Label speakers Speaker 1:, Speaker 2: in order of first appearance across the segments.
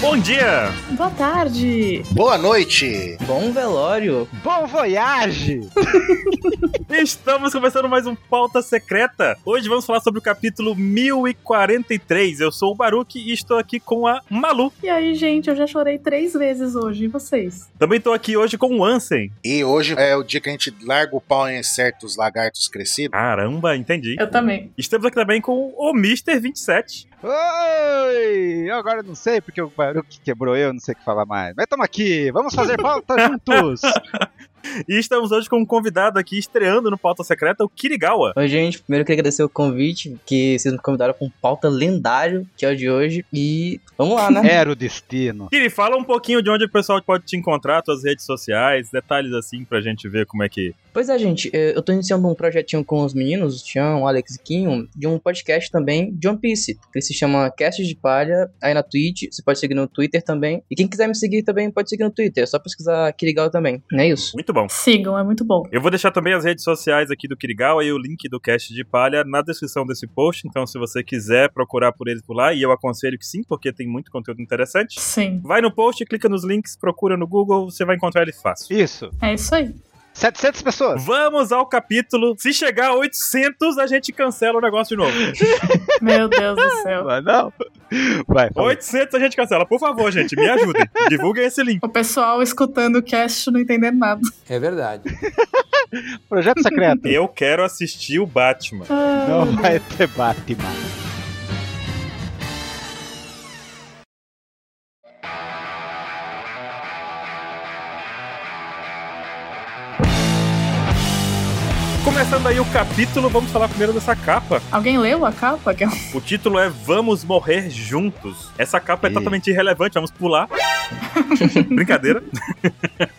Speaker 1: Bom dia!
Speaker 2: Boa tarde!
Speaker 3: Boa noite!
Speaker 4: Bom velório!
Speaker 5: Bom voyage!
Speaker 1: Estamos começando mais um Pauta Secreta. Hoje vamos falar sobre o capítulo 1043. Eu sou o Baruque e estou aqui com a Malu.
Speaker 2: E aí, gente, eu já chorei três vezes hoje. E vocês?
Speaker 1: Também estou aqui hoje com o Ansem.
Speaker 3: E hoje é o dia que a gente larga o pau em certos lagartos crescidos.
Speaker 1: Caramba, entendi.
Speaker 2: Eu também.
Speaker 1: Estamos aqui também com o Mr. 27.
Speaker 5: Oi! Eu agora não sei porque o Baruque quebrou eu, não sei o que falar mais. Mas estamos aqui, vamos fazer pauta juntos!
Speaker 1: E estamos hoje com um convidado aqui estreando no Pauta Secreta, o Kirigawa.
Speaker 4: Oi, gente. Primeiro eu queria agradecer o convite, que vocês me convidaram com um pauta lendário, que é o de hoje. E vamos lá,
Speaker 2: É.
Speaker 4: né?
Speaker 5: Era o destino.
Speaker 1: Kiri, fala um pouquinho de onde o pessoal pode te encontrar, tuas redes sociais, detalhes assim pra gente ver como é que.
Speaker 4: Pois é, gente. Eu tô iniciando um projetinho com os meninos, o Tião, o Alex e Quinho, de um podcast também de One Piece, que ele se chama Cast de Palha, aí na Twitch. Você pode seguir no Twitter também. E quem quiser me seguir também pode seguir no Twitter, é só pesquisar Kirigawa também. Não é isso?
Speaker 1: Muito bom.
Speaker 2: Sigam, é muito bom.
Speaker 1: Eu vou deixar também as redes sociais aqui do Kirigawa e o link do cast de palha na descrição desse post. Então, se você quiser procurar por eles por lá, e eu aconselho que sim, porque tem muito conteúdo interessante.
Speaker 2: Sim.
Speaker 1: Vai no post, clica nos links, procura no Google, você vai encontrar ele fácil.
Speaker 5: Isso.
Speaker 2: É isso aí.
Speaker 5: 700 pessoas.
Speaker 1: Vamos ao capítulo. Se chegar a 800, a gente cancela o negócio de novo.
Speaker 2: Meu Deus do céu.
Speaker 5: Vai, não. Vai. fala.
Speaker 1: 800 a gente cancela. Por favor, gente, me ajudem. Divulguem esse link.
Speaker 2: O pessoal escutando o cast não entendendo nada.
Speaker 6: É verdade.
Speaker 5: Projeto secreto.
Speaker 1: Eu quero assistir o Batman.
Speaker 5: Não vai ter Batman.
Speaker 1: Começando aí o capítulo, vamos falar primeiro dessa capa.
Speaker 2: Alguém leu a capa? Que eu-
Speaker 1: O título é Vamos Morrer Juntos. Essa capa é
Speaker 5: Ih.
Speaker 1: totalmente irrelevante, vamos pular. Brincadeira.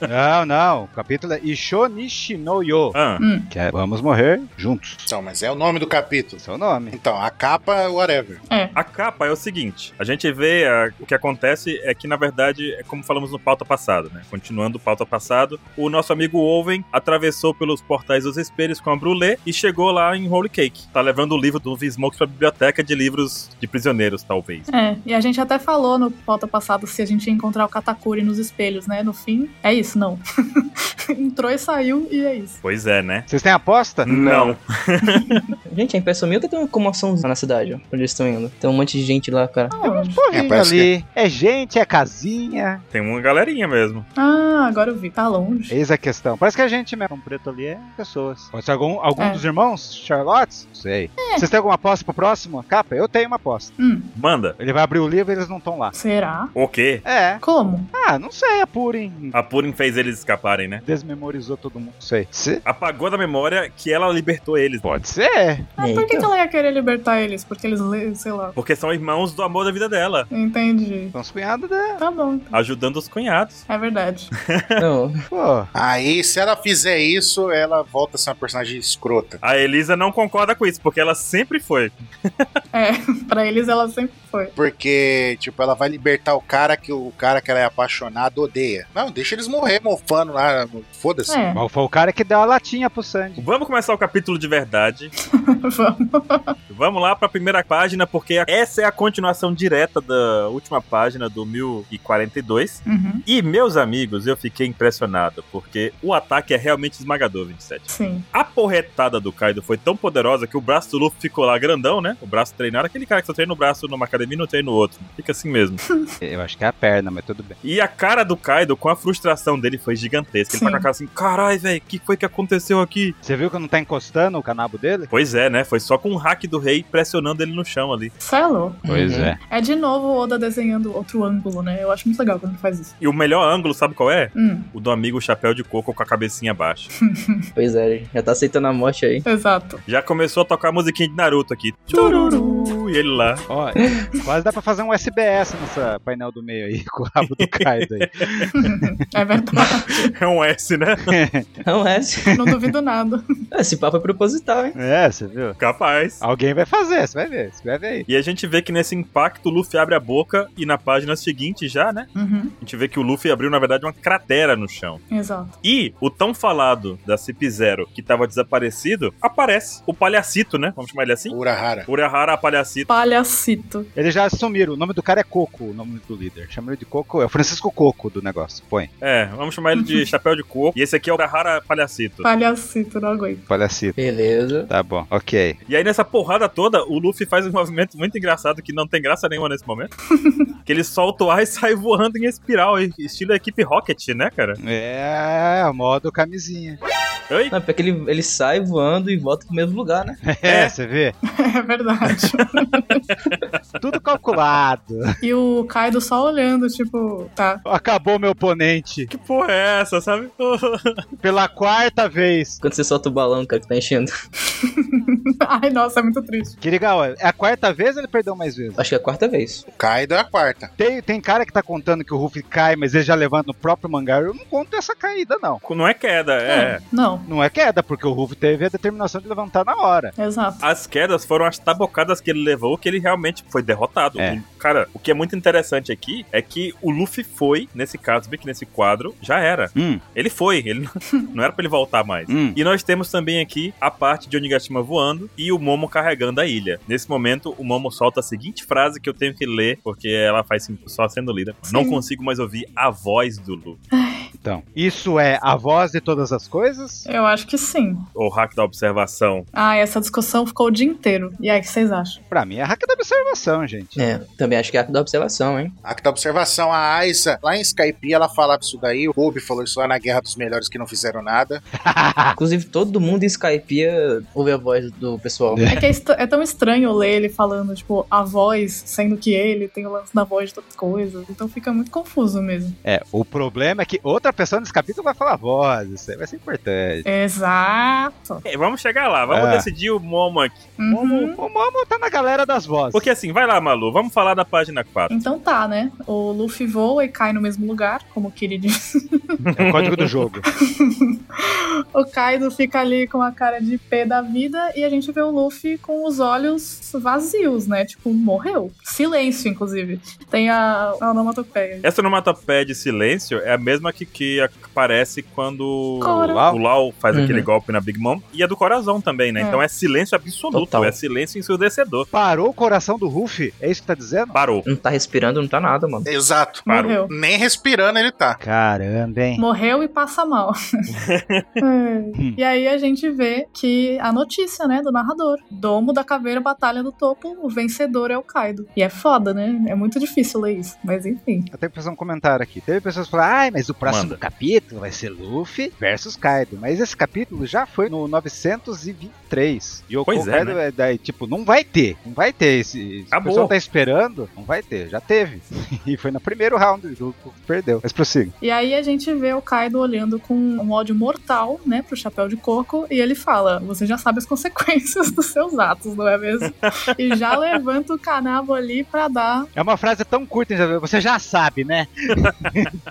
Speaker 5: Não, não. O capítulo é Ishonishi no Yo.
Speaker 1: Ah,
Speaker 5: Que é Vamos morrer juntos.
Speaker 3: Então, mas é o nome do capítulo.
Speaker 5: Esse é o nome.
Speaker 3: Então, a capa, whatever.
Speaker 1: a capa é o seguinte: a gente vê ah, o que acontece é que, na verdade, é como falamos no pauta passado, né? Continuando o pauta passado, o nosso amigo Owen atravessou pelos portais dos espelhos com a Brulé e chegou lá em Holy Cake. Tá levando o livro do Vismoke pra biblioteca de livros de prisioneiros, talvez.
Speaker 2: É, e a gente até falou no pauta passado se a gente ia encontrar o Katakuri nos espelhos, né? No fim, é isso, não. Entrou e saiu, e é isso.
Speaker 1: Pois é, né?
Speaker 5: Vocês têm aposta?
Speaker 1: Não.
Speaker 4: Gente, a impressão minha é que tem uma comoção na cidade, ó, onde eles estão indo. Tem um monte de gente lá, cara.
Speaker 2: Aonde?
Speaker 5: Porrinho
Speaker 3: É, parece
Speaker 5: ali. É gente, é casinha.
Speaker 1: Tem uma galerinha mesmo.
Speaker 2: Ah, agora eu vi. Tá longe.
Speaker 5: Eis a questão. Parece que a gente mesmo. Um preto ali é pessoas. Pode ser algum, algum
Speaker 2: É.
Speaker 5: dos irmãos? Charlotte? Não sei.
Speaker 4: É.
Speaker 5: Vocês têm alguma aposta pro próximo? Capa? Eu tenho uma aposta.
Speaker 2: Hum,
Speaker 1: Manda.
Speaker 5: Ele vai abrir o livro e eles não estão lá.
Speaker 2: será?
Speaker 1: O quê?
Speaker 5: É.
Speaker 2: Como?
Speaker 5: Ah, não sei, apurem.
Speaker 1: A Purim fez eles escaparem, né?
Speaker 5: Desmemorizou todo mundo. Não sei. Se-
Speaker 1: Apagou da memória que ela libertou eles.
Speaker 5: Pode ser.
Speaker 2: Mas Ah, por que,
Speaker 4: Eita.
Speaker 2: que ela ia querer libertar eles? Porque eles, le- sei lá.
Speaker 1: Porque são irmãos do amor da vida dela.
Speaker 2: Entendi.
Speaker 5: São os cunhados da.
Speaker 2: Tá bom, então.
Speaker 1: Ajudando os cunhados.
Speaker 2: é verdade.
Speaker 4: Não,
Speaker 5: Pô.
Speaker 3: Aí, se ela fizer isso, ela volta a ser uma personagem escrota.
Speaker 1: A Elisa não concorda com isso, porque ela sempre foi.
Speaker 2: É, pra eles ela sempre foi.
Speaker 3: Porque, tipo, ela vai libertar o cara que o cara que ela é apaixonado odeia. Não, deixa eles morrer mofando lá. Foda-se.
Speaker 2: É,
Speaker 5: Mas foi o cara que deu a latinha pro Sandy.
Speaker 1: Vamos começar o capítulo de verdade.
Speaker 2: vamos.
Speaker 1: Vamos lá pra primeira página, porque essa é a continuação direta da última página do 1042.
Speaker 2: Uhum,
Speaker 1: E, meus amigos, eu fiquei impressionado, porque o ataque é realmente esmagador, 27.
Speaker 2: Sim.
Speaker 1: A porretada do Kaido foi tão poderosa que o braço do Luffy ficou lá grandão, né? O braço treinado, aquele cara que só treina o braço numa academia e não treina o outro. Fica assim mesmo.
Speaker 5: Eu acho que é a perna, mas tudo bem.
Speaker 1: E a cara do Kaido com a frustração dele foi gigantesca. Ele tá
Speaker 2: Sim.
Speaker 1: com a cara assim, carai, velho, o que foi que aconteceu aqui?
Speaker 5: Você viu que não tá encostando o canabo dele?
Speaker 1: Pois é, né? Foi só com o hack do rei pressionando ele no chão ali.
Speaker 2: Isso é louco.
Speaker 4: Pois
Speaker 5: Uhum.
Speaker 4: é.
Speaker 2: É de novo o Oda desenhando outro ângulo, né? Eu acho muito legal quando ele faz isso.
Speaker 1: E o melhor ângulo, sabe qual é?
Speaker 2: Hum,
Speaker 1: O do amigo chapéu de coco com a cabecinha baixa.
Speaker 4: pois é, gente. já tá aceitando a morte aí.
Speaker 2: exato.
Speaker 1: Já começou a tocar a musiquinha de Naruto aqui. Tururu, e ele lá.
Speaker 5: Ó, quase dá pra fazer um SBS nessa painel do meio aí, com o rabo do Kaido aí.
Speaker 2: É verdade.
Speaker 1: É um S, né?
Speaker 4: Não é? esse-
Speaker 2: Não duvido nada.
Speaker 4: Esse papo é proposital, hein?
Speaker 5: É, você viu?
Speaker 1: Capaz.
Speaker 5: Alguém vai fazer, você vai ver, escreve aí.
Speaker 1: E a gente vê que nesse impacto o Luffy abre a boca e na página seguinte já, né?
Speaker 2: Uhum,
Speaker 1: A gente vê que o Luffy abriu, na verdade, uma cratera no chão.
Speaker 2: exato.
Speaker 1: E o tão falado da Cip Zero, que tava desaparecido, aparece. O palhacito, né? Vamos chamar ele assim?
Speaker 3: Urahara.
Speaker 1: Urahara Palhacito.
Speaker 2: Palhacito.
Speaker 5: Eles já assumiram. O nome do cara é Coco, o nome do líder. Chama ele de Coco. É o Francisco Coco do negócio. Põe.
Speaker 1: É, vamos chamar ele de Chapéu de Coco. E esse aqui é o Rara Palhacito.
Speaker 2: Palhacito, não aguento.
Speaker 5: Palhacito.
Speaker 4: Beleza.
Speaker 5: Tá bom. Ok.
Speaker 1: E aí, nessa porrada toda, o Luffy faz um movimento muito engraçado que não tem graça nenhuma nesse momento. que ele solta o ar e sai voando em espiral, e- estilo equipe Rocket, né, cara?
Speaker 5: É, modo camisinha.
Speaker 1: Oi?
Speaker 4: Não, porque Ah, ele, ele sai voando e volta pro mesmo lugar, né?
Speaker 5: É, você vê?
Speaker 2: É verdade.
Speaker 5: Tudo calculado.
Speaker 2: E o Kaido só olhando, tipo, tá.
Speaker 5: Acabou meu oponente.
Speaker 1: Que porra é essa, sabe?
Speaker 5: Pela quarta vez.
Speaker 4: Quando você solta o balão, cara, que tá enchendo.
Speaker 2: Ai, nossa, é muito triste.
Speaker 5: Kirigawa, é a quarta vez ou ele perdeu mais vezes?
Speaker 4: Acho que é a quarta vez.
Speaker 3: O Kaido é a quarta.
Speaker 5: Tem, tem cara que tá contando que o Ruffy cai, mas ele já levanta no próprio mangá. Eu não conto essa caída, não.
Speaker 1: não é queda, é.
Speaker 2: Não,
Speaker 5: Não é queda, porque o Ruffy teve a determinação de levantar na hora.
Speaker 2: exato.
Speaker 1: As quedas foram as tabocadas que ele levou que ele realmente foi derrotado.
Speaker 5: É.
Speaker 1: O- cara, o que é muito interessante aqui é que o Luffy foi, nesse caso, bem que nesse quadro, já era.
Speaker 5: Hum,
Speaker 1: Ele foi, ele não- não era pra ele voltar mais.
Speaker 5: hum.
Speaker 1: E nós temos também aqui a parte de Onigashima voando e o Momo carregando a ilha. Nesse momento, o Momo solta a seguinte frase que eu tenho que ler, porque ela faz sentido só sendo lida.
Speaker 2: Sim.
Speaker 1: Não consigo mais ouvir a voz do Luffy.
Speaker 5: Então, isso é a voz de todas as coisas?
Speaker 2: Eu acho que sim.
Speaker 1: Ou hack da observação.
Speaker 2: Ah, essa discussão ficou o dia inteiro. E aí, o que vocês acham?
Speaker 5: Pra mim é hack da observação, gente.
Speaker 4: É, também acho que é a da observação, hein?
Speaker 3: Aqui tá a observação, a Aiza, lá em Skype, ela falava isso daí. O Ruby falou isso lá na Guerra dos Melhores que não fizeram nada.
Speaker 4: Inclusive, todo mundo em Skypeia ouve a voz do pessoal.
Speaker 2: É que é, est- é tão estranho ler ele falando, tipo, a voz, sendo que ele tem o lance da voz de todas as coisas. Então fica muito confuso mesmo.
Speaker 5: É, o problema é que outra pessoa nesse capítulo vai falar voz, isso aí vai ser importante.
Speaker 2: Exato.
Speaker 1: É, vamos chegar lá, vamos
Speaker 5: Ah.
Speaker 1: decidir o Momo aqui.
Speaker 2: Uhum.
Speaker 5: O Momo tá na galera das vozes.
Speaker 1: Porque assim, vai lá, Malu, vamos falar da página 4.
Speaker 2: Então tá, né? O Luffy voa e cai no mesmo lugar, como o Kiri disse.
Speaker 5: é o código do jogo.
Speaker 2: O Kaido fica ali com a cara de pé da vida e a gente vê o Luffy com os olhos vazios, né? Tipo, morreu. Silêncio, inclusive. Tem a, a onomatopeia.
Speaker 1: Essa onomatopeia de silêncio é a mesma que, que aparece quando
Speaker 2: Cora.
Speaker 1: o Lau- o Lau faz
Speaker 4: Uhum.
Speaker 1: aquele golpe na Big Mom. E é do coração também, né?
Speaker 2: É.
Speaker 1: Então é silêncio absoluto,
Speaker 4: Total.
Speaker 1: é silêncio ensurdecedor.
Speaker 5: Parou o coração do Ruffy? É isso que tá dizendo?
Speaker 1: Parou.
Speaker 4: Não tá respirando, não tá nada, mano.
Speaker 3: Exato.
Speaker 1: Parou.
Speaker 2: Morreu.
Speaker 3: Nem respirando ele tá.
Speaker 5: Caramba, hein?
Speaker 2: Morreu e passa mal. É.
Speaker 5: Hum.
Speaker 2: E aí a gente vê que a notícia, né, do narrador. Domo da Caveira, Batalha do Topo, o vencedor é o Kaido. E é foda, né? É muito difícil ler isso, mas enfim.
Speaker 5: Eu tenho que fazer um comentário aqui. Teve pessoas que falaram, ai, mas o próximo
Speaker 1: Manda.
Speaker 5: capítulo vai ser Luffy versus Kaido. Mas esse capítulo já foi no 923. E o
Speaker 1: Pois é,
Speaker 5: Kaido é, daí, tipo, não vai ter. Não vai ter esse. Se o
Speaker 1: Acabou.
Speaker 5: pessoal tá esperando, não vai ter. Já teve. E foi no primeiro round o Luffy perdeu. Mas prossiga.
Speaker 2: E aí a gente vê o Kaido olhando com um ódio mortal, né, pro chapéu de coco, e ele fala: Você já sabe as consequências dos seus atos, não é mesmo? e já levanta o canabo ali pra dar.
Speaker 5: É uma frase tão curta, hein, Isabel? você já sabe, né?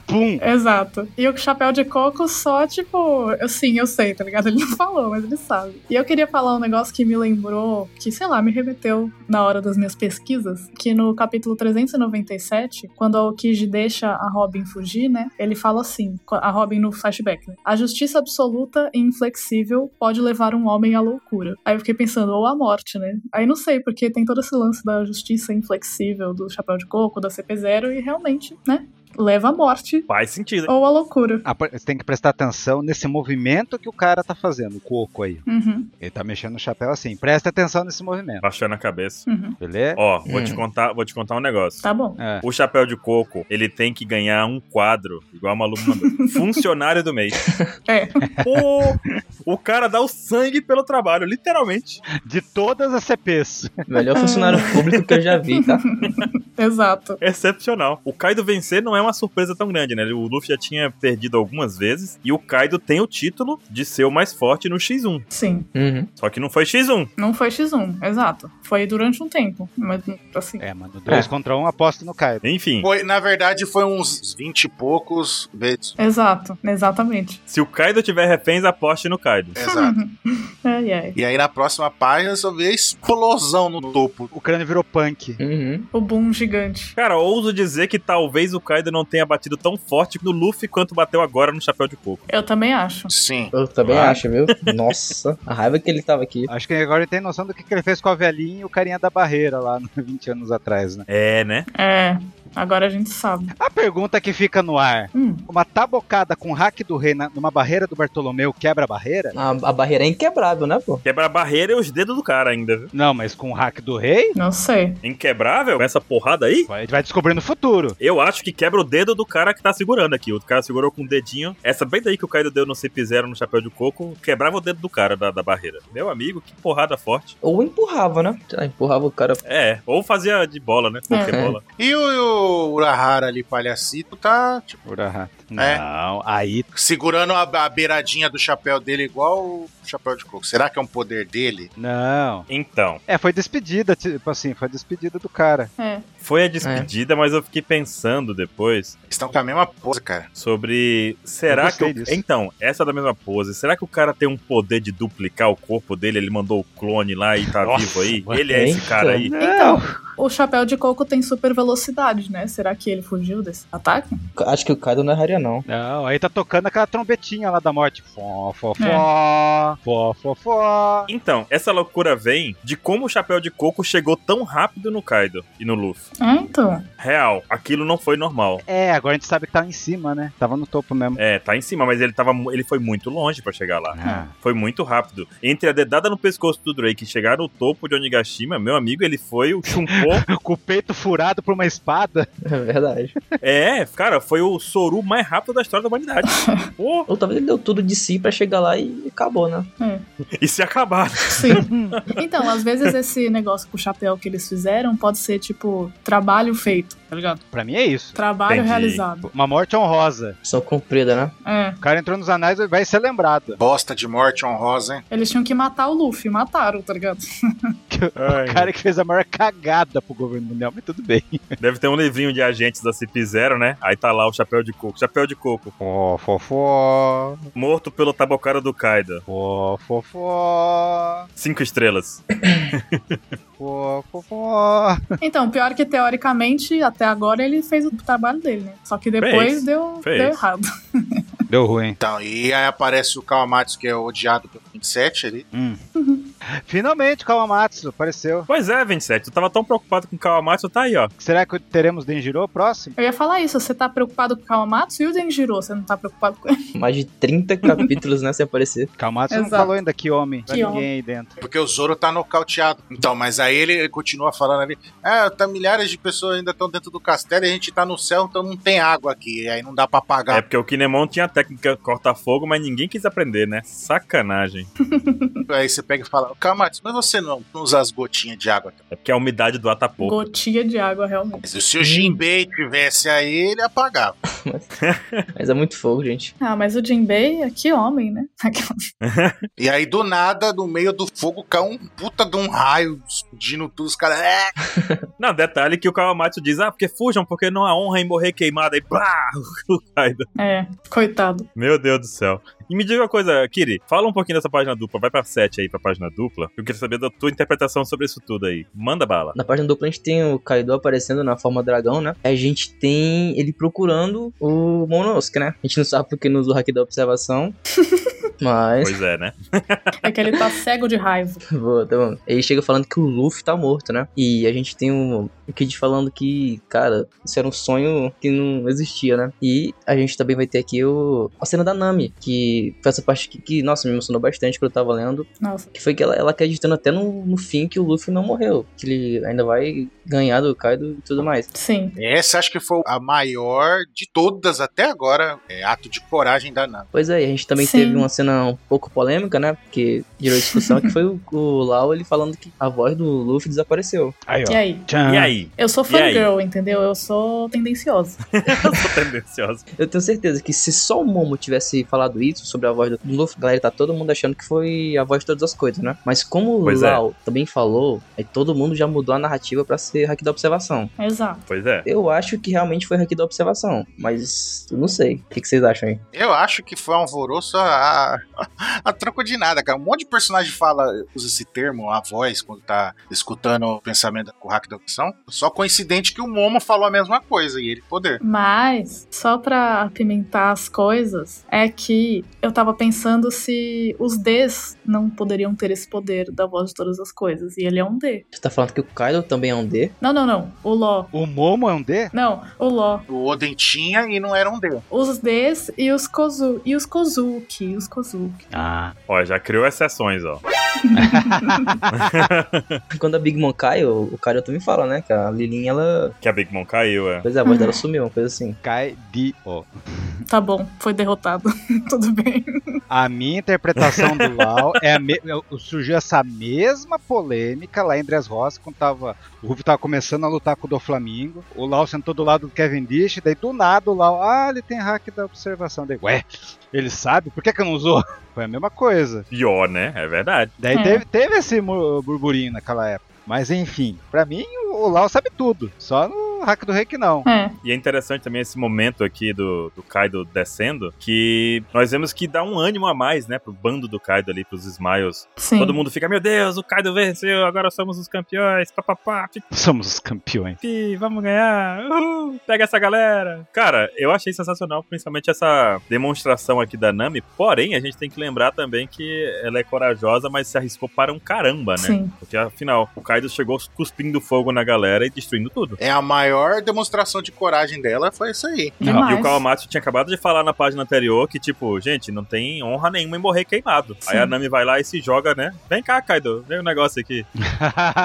Speaker 5: Pum!
Speaker 2: Exato. E o chapéu de coco só, tipo, eu sim, eu sei, tá ligado? Ele não falou, mas ele sabe. E eu queria falar um negócio que me lembrou, que sei lá, me remeteu na hora das minhas pesquisas, que no capítulo 397, quando o Kiji deixa a Robin fugir, né? Ele fala assim, a Robin no flashback, né? A justiça absoluta e inflexível pode levar um homem à loucura. Aí eu fiquei pensando, ou à morte, né? Aí não sei, porque tem todo esse lance da justiça inflexível, do chapéu de coco, da CP0, e realmente, né? Leva à morte
Speaker 1: Faz sentido.
Speaker 2: ou a loucura.
Speaker 5: Ah, Você tem que prestar atenção nesse movimento que o cara tá fazendo, o coco aí.
Speaker 2: Uhum,
Speaker 5: Ele tá mexendo o chapéu assim. Presta atenção nesse movimento,
Speaker 1: Baixando a cabeça.
Speaker 2: uhum.
Speaker 5: beleza?
Speaker 1: Ó, vou te
Speaker 4: Hum.
Speaker 1: contar, vou te contar um negócio.
Speaker 2: Tá bom.
Speaker 5: É.
Speaker 1: O chapéu de coco, ele tem que ganhar um quadro, igual a Malu mandou. Funcionário do mês.
Speaker 2: É.
Speaker 1: Pô, o cara dá o sangue pelo trabalho, literalmente.
Speaker 5: De todas as CPs.
Speaker 4: Melhor funcionário público que eu já vi, tá?
Speaker 2: Exato.
Speaker 1: Excepcional. O Kaido vencer não é uma surpresa tão grande, né? O Luffy já tinha perdido algumas vezes e o Kaido tem o título de ser o mais forte no X1.
Speaker 2: Sim.
Speaker 4: Uhum.
Speaker 1: Só que não foi X1.
Speaker 2: Não foi X1, exato. Foi durante um tempo. Mas assim.
Speaker 5: É, mano, 2 contra 1 um, aposto no Kaido.
Speaker 1: Enfim,
Speaker 3: Foi, na verdade, foi uns 20 e poucos vezes.
Speaker 2: Exato, exatamente.
Speaker 1: se o Kaido tiver reféns, aposte no Kaido.
Speaker 2: Uhum.
Speaker 3: Exato.
Speaker 2: Ai, ai.
Speaker 3: E aí na próxima página só vê a explosão no topo.
Speaker 5: O crânio virou punk.
Speaker 4: Uhum.
Speaker 2: O boom gigante.
Speaker 1: Cara, ouso dizer que talvez o Kaido Rider não tenha batido tão forte no Luffy quanto bateu agora no Chapéu de Coco.
Speaker 2: Eu também acho.
Speaker 3: Sim.
Speaker 4: Eu também
Speaker 5: Ah.
Speaker 4: acho, viu? Nossa, a raiva que ele tava aqui.
Speaker 5: Acho que agora ele tem noção do que, que ele fez com a velhinha e o carinha da barreira lá 20 anos atrás, né?
Speaker 1: É, né?
Speaker 2: É, agora a gente sabe.
Speaker 5: A pergunta que fica no ar:
Speaker 2: Hum,
Speaker 5: uma tabocada com hack do rei na- numa barreira do Bartolomeu quebra a barreira?
Speaker 4: A, a barreira é inquebrável, né, pô?
Speaker 1: Quebra a barreira e os dedos do cara ainda, viu?
Speaker 5: Não, mas com o hack do rei?
Speaker 2: não sei.
Speaker 1: Inquebrável? Com essa porrada aí?
Speaker 5: A gente vai descobrir no futuro.
Speaker 1: Eu acho que quebra o dedo do cara que tá segurando aqui. O cara segurou com o dedinho. Essa bem daí que o Kaido deu no CP0 no chapéu de coco, quebrava o dedo do cara da, da barreira. Meu amigo, que porrada forte.
Speaker 4: Ou empurrava, né? Sei lá, empurrava o cara.
Speaker 1: É, ou fazia de bola, né? Pokébola.
Speaker 3: E o Urahara ali, palhacito, tá tipo,
Speaker 5: Urahara.
Speaker 3: É.
Speaker 5: Não, aí
Speaker 3: segurando a, a beiradinha do chapéu dele igual o chapéu de coco. Será que é um poder dele?
Speaker 5: não.
Speaker 1: Então,
Speaker 5: É, foi despedida, tipo assim, foi despedida do cara.
Speaker 2: É.
Speaker 1: foi a despedida, mas eu fiquei pensando depois
Speaker 3: Estão com a mesma pose, cara.
Speaker 1: sobre. Será que.
Speaker 5: gostei
Speaker 1: o-
Speaker 5: disso.
Speaker 1: Então, essa da mesma pose. Será que o cara tem um poder de duplicar o corpo dele? Ele mandou o clone lá e tá
Speaker 5: Nossa,
Speaker 1: vivo aí?
Speaker 5: mano.
Speaker 1: Ele é esse cara aí?
Speaker 2: Então, o chapéu de coco tem super velocidade, né? Será que ele fugiu desse ataque?
Speaker 4: Acho que o Kaido não erraria, não.
Speaker 5: Não, aí tá tocando aquela trombetinha lá da morte. Fó, fó, fó, fó, fó, fó.
Speaker 1: Então, essa loucura vem de como o Chapéu de Coco chegou tão rápido no Kaido e no Luffy.
Speaker 2: É, então.
Speaker 1: Real, aquilo não foi normal.
Speaker 5: É, agora a gente sabe que tá em cima, né? Tava no topo mesmo.
Speaker 1: É, tá em cima, mas ele, tava, mu- ele foi muito longe pra chegar lá.
Speaker 5: Ah,
Speaker 1: Foi muito rápido. Entre a dedada no pescoço do Drake e chegar no topo de Onigashima, meu amigo, ele foi o chumpou.
Speaker 5: com o peito furado por uma espada.
Speaker 4: É verdade.
Speaker 1: é, cara, foi o Soru mais rápido da história da humanidade. Pô,
Speaker 4: Ou talvez ele deu tudo de si pra chegar lá e acabou, né?
Speaker 1: e se acabar.
Speaker 2: Sim. Então, às vezes esse negócio com o chapéu que eles fizeram pode ser tipo trabalho feito, tá ligado?
Speaker 5: Pra mim é isso.
Speaker 2: Trabalho
Speaker 1: Entendi.
Speaker 2: realizado.
Speaker 5: Uma morte honrosa.
Speaker 4: São comprida, né?
Speaker 2: É.
Speaker 5: O cara entrou nos anais e vai ser lembrado.
Speaker 3: Bosta de morte honrosa, hein?
Speaker 2: Eles tinham que matar o Luffy, mataram, tá ligado?
Speaker 5: O cara que fez a maior cagada pro governo mundial, mas tudo bem.
Speaker 1: Deve ter um livrinho de agentes da CP0, né? Aí tá lá o Chapéu de Coco. Chapéu de Coco,
Speaker 5: Fó, fó, fó,
Speaker 1: morto pelo tabocara do Kaido.
Speaker 5: fó, fó, fó,
Speaker 1: Cinco estrelas.
Speaker 5: fó, fó, fó.
Speaker 2: Então, pior que teoricamente, até agora ele fez o trabalho dele, né? Só que depois
Speaker 1: Fez.
Speaker 2: deu,
Speaker 1: Fez.
Speaker 2: deu errado.
Speaker 5: Deu ruim.
Speaker 3: Então, e aí aparece o Kawamatsu, que é odiado pelo 27 ali.
Speaker 5: Hum.
Speaker 2: Uhum.
Speaker 5: Finalmente, Kawamatsu apareceu.
Speaker 1: Pois é, 27. Tu tava tão preocupado com o Kawamatsu, tá aí, ó.
Speaker 5: Será que teremos Denjiro próximo?
Speaker 2: Eu ia falar isso, você tá preocupado com o Kawamatsu e o Denjiro, você não tá preocupado com ele.
Speaker 4: Mais de 30 capítulos, né? Sem aparecer.
Speaker 5: Kawamatsu não
Speaker 2: Exato.
Speaker 5: falou ainda que homem. Pra
Speaker 2: Que
Speaker 5: ninguém
Speaker 2: homem.
Speaker 5: aí dentro.
Speaker 3: Porque o Zoro tá nocauteado. Então, mas aí ele, ele continua falando ali: Ah, tá, milhares de pessoas ainda estão dentro do castelo e a gente tá no céu, então não tem água aqui. Aí não dá pra apagar.
Speaker 1: É porque o Kinemon tinha a técnica corta-fogo, mas ninguém quis aprender, né? Sacanagem.
Speaker 3: Aí você pega e fala: Kawamatsu, mas você não, não usa as gotinhas de água.
Speaker 1: É porque a umidade do ar tá pouco.
Speaker 2: Gotinha de água, realmente.
Speaker 3: Mas se o Jinbei tivesse aí, ele apagava.
Speaker 4: Mas é muito fogo, gente.
Speaker 2: Ah, mas o Jinbei, que homem, né?
Speaker 3: E aí, do nada, no meio do fogo, cai um puta de um raio explodindo tudo. Os caras. É!
Speaker 1: Não, detalhe que o Kawamatsu diz, ah, porque fujam, porque não há honra em morrer queimado. Aí, pá, o Kaido.
Speaker 2: É, coitado.
Speaker 1: Meu Deus do céu. E me diga uma coisa, Kiri, fala um pouquinho dessa página dupla. Vai pra 7 aí, pra página dupla. Eu quero saber da tua interpretação sobre isso tudo aí. Manda bala.
Speaker 4: Na página dupla a gente tem o Kaido aparecendo na forma dragão, né? A gente tem ele procurando o Monosuke, né? A gente não sabe porque não usa o hack da observação. Mas.
Speaker 1: Pois é, né?
Speaker 2: É que ele tá cego de raiva.
Speaker 4: Boa, tá bom. Ele chega falando que o Luffy tá morto, né? E a gente tem o, o Kid falando que, cara, isso era um sonho que não existia, né? E a gente também vai ter aqui o, a cena da Nami, que foi essa parte que, que, nossa, me emocionou bastante quando eu tava lendo.
Speaker 2: Nossa.
Speaker 4: Que foi que ela, ela acreditando até no, no fim que o Luffy não morreu. Que ele ainda vai ganhar do Kaido e tudo mais.
Speaker 2: Sim.
Speaker 3: Essa acho que foi a maior de todas até agora. É ato de coragem da Nami.
Speaker 4: Pois é, e a gente também
Speaker 2: Sim.
Speaker 4: teve uma cena um pouco polêmica, né? Porque gerou discussão, que foi o, o Lau ele falando que a voz do Luffy desapareceu.
Speaker 2: E
Speaker 5: Aí, ó.
Speaker 2: aí?
Speaker 5: Tchan.
Speaker 1: E aí?
Speaker 2: Eu sou
Speaker 1: E aí?
Speaker 2: fangirl, entendeu? Eu sou tendenciosa.
Speaker 1: Eu tô tendencioso.
Speaker 4: Eu tenho certeza que se só o Momo tivesse falado isso sobre a voz do Luffy, a galera tá todo mundo achando que foi a voz de todas as coisas, né? Mas como o
Speaker 1: Pois é.
Speaker 4: Lau também falou, aí todo mundo já mudou a narrativa pra ser hack da observação.
Speaker 2: Exato.
Speaker 1: Pois é.
Speaker 4: Eu acho que realmente foi hack da observação, mas eu não sei. O que, que vocês acham aí?
Speaker 3: Eu acho que foi um alvoroço a, a, a troco de nada, cara. Um monte de personagem fala, usa esse termo, a voz, quando tá escutando o pensamento com o hack da opção. Só coincidente que o Momo falou a mesma coisa e ele poder.
Speaker 2: Mas, só pra apimentar as coisas, é que eu tava pensando se os Ds não poderiam ter esse poder da voz de todas as coisas. E ele é um D.
Speaker 4: Você tá falando que o Kaido também é um D?
Speaker 2: Não, não, não. O Ló.
Speaker 5: O Momo é um D?
Speaker 2: Não, o Ló.
Speaker 3: O Oden tinha e não era um D.
Speaker 2: Os Ds e os Kozu. E os Kozuki. Os Kozuki.
Speaker 4: Ah.
Speaker 1: Ó, já criou exceções, ó.
Speaker 4: Quando a Big Mom cai, o, o Kaido também fala, né? Que a Lilin, ela.
Speaker 1: Que a Big Mom caiu, é.
Speaker 4: Pois é, a voz dela sumiu, uma coisa assim.
Speaker 5: Cai de O.
Speaker 2: Tá bom, foi derrotado. Tudo bem.
Speaker 5: A minha interpretação do Lau é a me- surgiu essa mesma polêmica lá em Dres Roça, quando tava, o Ruff tava começando a lutar com o Doflamingo. O Lau sentou do lado do Kevin Dish, daí do nada o Lau, ah, ele tem hack da observação. Daí, ué, ele sabe? Por que, que não usou? Foi a mesma coisa.
Speaker 1: Pior, né? É verdade.
Speaker 5: Daí
Speaker 2: É.
Speaker 5: teve, teve esse mu- burburinho naquela época. Mas enfim, pra mim o o Lau sabe tudo, só no hack do Reiki não.
Speaker 2: É.
Speaker 1: E é interessante também esse momento aqui do, do Kaido descendo, que nós vemos que dá um ânimo a mais, né? Pro bando do Kaido ali, pros Smiles.
Speaker 2: Sim.
Speaker 1: Todo mundo fica, meu Deus, o Kaido venceu, agora somos os campeões, papapá,
Speaker 5: Somos os campeões.
Speaker 1: Pi, vamos ganhar! Uhul, pega essa galera! Cara, eu achei sensacional, principalmente essa demonstração aqui da Nami. Porém, a gente tem que lembrar também que ela é corajosa, mas se arriscou para um caramba, né?
Speaker 2: Sim.
Speaker 1: Porque afinal, o Kaido chegou cuspindo fogo na galera e destruindo tudo.
Speaker 3: É a maior demonstração de coragem dela, foi isso aí.
Speaker 1: E o
Speaker 2: Demais.
Speaker 1: Kawamatsu tinha acabado de falar na página anterior que, tipo, gente, não tem honra nenhuma em morrer queimado.
Speaker 2: Sim.
Speaker 1: Aí a Nami vai lá e se joga, né? Vem cá, Kaido, vem o negócio aqui.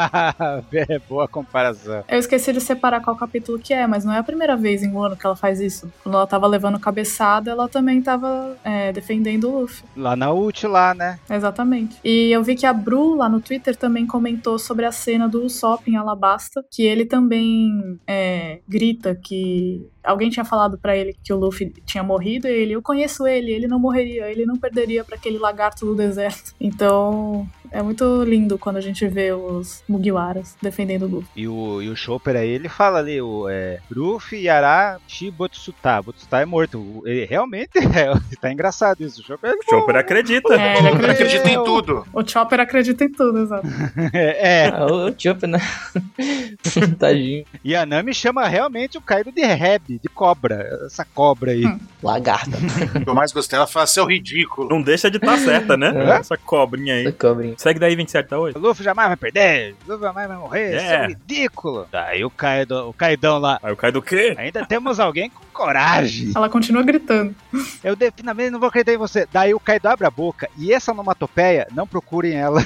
Speaker 5: é boa comparação.
Speaker 2: Eu esqueci de separar qual capítulo que é, mas não é a primeira vez em um ano que ela faz isso. Quando ela tava levando cabeçada, ela também tava é, defendendo o Luffy.
Speaker 5: Lá na ult lá, né?
Speaker 2: Exatamente. E eu vi que a Bru lá no Twitter também comentou sobre a cena do Usopp em Alabasta, que ele também é, grita que alguém tinha falado pra ele que o Luffy tinha morrido, e ele, eu conheço ele, ele não morreria, ele não perderia pra aquele lagarto do deserto. Então, é muito lindo quando a gente vê os Mugiwaras defendendo o Luffy.
Speaker 5: E o, e o Chopper aí, ele fala ali, o é, Ruffy, Yara, Shi, Botsuta. Botsuta é morto. O- Ele realmente é, tá engraçado isso. O Chopper
Speaker 1: O Chopper acredita.
Speaker 2: É, ele
Speaker 3: Ele acredita em
Speaker 5: Eu-
Speaker 3: tudo.
Speaker 2: O Chopper acredita em tudo, exato.
Speaker 5: é, é.
Speaker 4: Ah, o o Chopper, né? Tadinho.
Speaker 5: E a Nami chama realmente o Kaido de Reb, de cobra. Essa cobra aí.
Speaker 2: Hum.
Speaker 4: Lagarta.
Speaker 3: O que eu mais gostei, ela fala, seu ridículo.
Speaker 1: Não deixa de estar certa, né?
Speaker 4: É.
Speaker 1: Essa cobrinha aí.
Speaker 4: Essa cobrinha.
Speaker 1: Segue daí 27 tá 8.
Speaker 5: O Luffy jamais vai perder, o Luffy jamais vai morrer,
Speaker 1: É.
Speaker 5: isso é ridículo. Daí o Kaido, o Kaidão lá.
Speaker 1: Aí o Kaido o quê?
Speaker 5: Ainda temos alguém com coragem.
Speaker 2: Ela continua gritando.
Speaker 5: Eu definitivamente não vou acreditar em você. Daí o Kaido abre a boca e essa onomatopeia, não procurem ela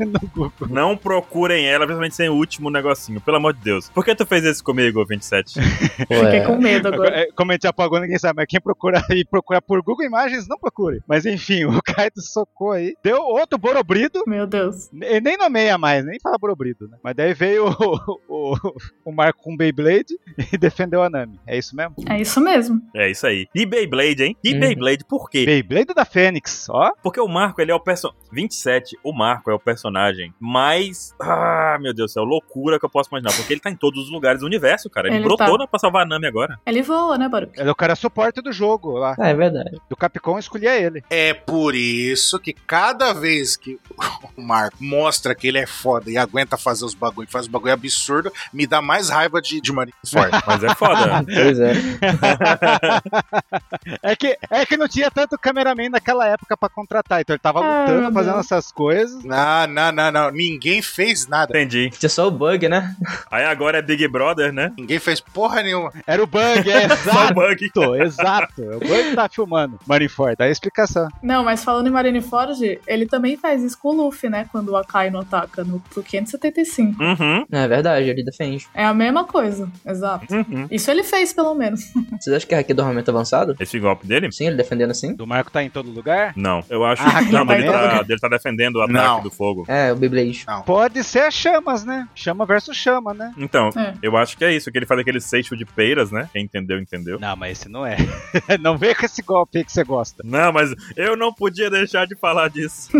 Speaker 5: no Google.
Speaker 1: Não procurem ela, principalmente sem o último negocinho, pelo amor de Deus. Por que tu fez isso comigo, 27?
Speaker 2: Fiquei
Speaker 4: Ué.
Speaker 2: com medo agora.
Speaker 5: É, Como a gente apagou, ninguém sabe, mas quem procura e procurar por Google Imagens, não procure. Mas enfim, o Kaido socou aí. Deu outro borobrido.
Speaker 2: Meu Deus.
Speaker 5: Ele nem nomeia mais, nem fala borobrido, né? Mas daí veio o, o, o Marco com Beyblade e defendeu a Nami. É isso mesmo?
Speaker 2: É isso mesmo.
Speaker 1: É isso aí. E Beyblade, hein? E
Speaker 4: Uhum.
Speaker 1: Beyblade, por quê?
Speaker 5: Beyblade da Fênix, ó.
Speaker 1: Porque o Marco, ele é o personagem. 27, o Marco é o personagem mais. Ah, meu Deus do céu, loucura que eu posso imaginar. Porque ele tá em todos os lugares do universo, cara. Ele,
Speaker 2: Ele
Speaker 1: brotou
Speaker 2: tá.
Speaker 1: na pra salvar a Nami agora.
Speaker 2: Ele voa, né, Baruch?
Speaker 5: Ele é o cara suporte do jogo lá.
Speaker 4: Ah, é verdade.
Speaker 5: Do Capcom escolhia ele.
Speaker 3: É por isso que cada vez que o Marco mostra que ele é foda e aguenta fazer os bagulho, faz os bagulho absurdo, me dá mais raiva de, de Marineford.
Speaker 1: Mas é foda.
Speaker 4: Pois é.
Speaker 5: É que, é que não tinha tanto cameraman naquela época pra contratar, então ele tava
Speaker 2: Ah,
Speaker 5: lutando,
Speaker 2: meu
Speaker 5: fazendo
Speaker 2: Deus.
Speaker 5: essas coisas.
Speaker 3: não, não, não, não. Ninguém fez nada.
Speaker 1: Entendi.
Speaker 4: Tinha só o bug, né?
Speaker 1: Aí agora é Big Brother, né?
Speaker 3: Ninguém fez porra nenhuma.
Speaker 5: Era o bug, é
Speaker 1: Só o
Speaker 5: exato,
Speaker 1: Bug.
Speaker 5: exato. É o bug que tá filmando. Marineford, dá a explicação.
Speaker 2: Não, mas falando em Marineford, ele também faz isso com o Luffy, né? Quando o Akainu ataca no no 575.
Speaker 1: Uhum,
Speaker 4: É verdade, ele defende.
Speaker 2: É a mesma coisa, exato.
Speaker 1: uhum.
Speaker 2: Isso ele fez, pelo menos.
Speaker 4: Vocês acham que é aqui do armamento avançado?
Speaker 1: Esse golpe dele?
Speaker 4: Sim, ele defendendo assim?
Speaker 5: Do Marco tá em todo lugar?
Speaker 1: Não, eu acho
Speaker 5: Ah,
Speaker 1: que não, mas ele
Speaker 5: tá
Speaker 1: tá,
Speaker 5: vendo?
Speaker 1: ele tá defendendo o ataque
Speaker 3: Não.
Speaker 1: do fogo.
Speaker 4: É, o Beyblade.
Speaker 5: Pode ser as chamas, né? Chama versus chama, né?
Speaker 1: Então,
Speaker 2: É.
Speaker 1: eu acho que é isso, que ele faz aquele seixo de peiras, né? Quem entendeu, entendeu.
Speaker 5: Não, mas esse não é. não vem com esse golpe aí que você gosta.
Speaker 1: Não, mas eu não podia deixar de falar disso.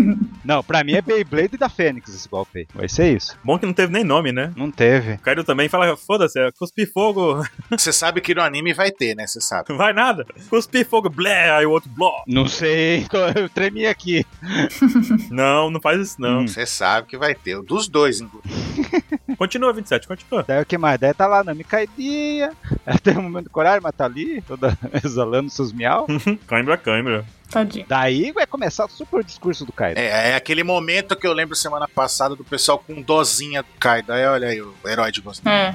Speaker 5: Não, pra mim é Beyblade da Fênix esse golpe aí. Vai ser isso.
Speaker 1: Bom que não teve nem nome, né?
Speaker 5: Não teve.
Speaker 1: O Kaido também fala, foda-se, é cuspir fogo,
Speaker 3: Você sabe que no anime vai ter, né? Você sabe.
Speaker 1: vai nada. Cuspir fogo, blé, aí o outro, bló.
Speaker 5: Não sei, tô- eu tremi aqui.
Speaker 1: Não, não faz isso não.
Speaker 5: Hum.
Speaker 3: Você sabe que vai ter. O Dos dois, Um inclusive.
Speaker 5: Hum.
Speaker 1: Continua, 27, continua.
Speaker 5: Daí o que mais? Daí tá lá na micaidinha. Até o momento do coragem, mas tá ali, toda exalando seus miau.
Speaker 1: Câimbra, câimbra.
Speaker 2: Tadinho.
Speaker 5: Daí vai começar o super discurso do Kaido.
Speaker 3: É, é aquele momento que eu lembro semana passada do pessoal com dozinha do Kaido. Aí olha aí, o herói de gosto.
Speaker 2: É.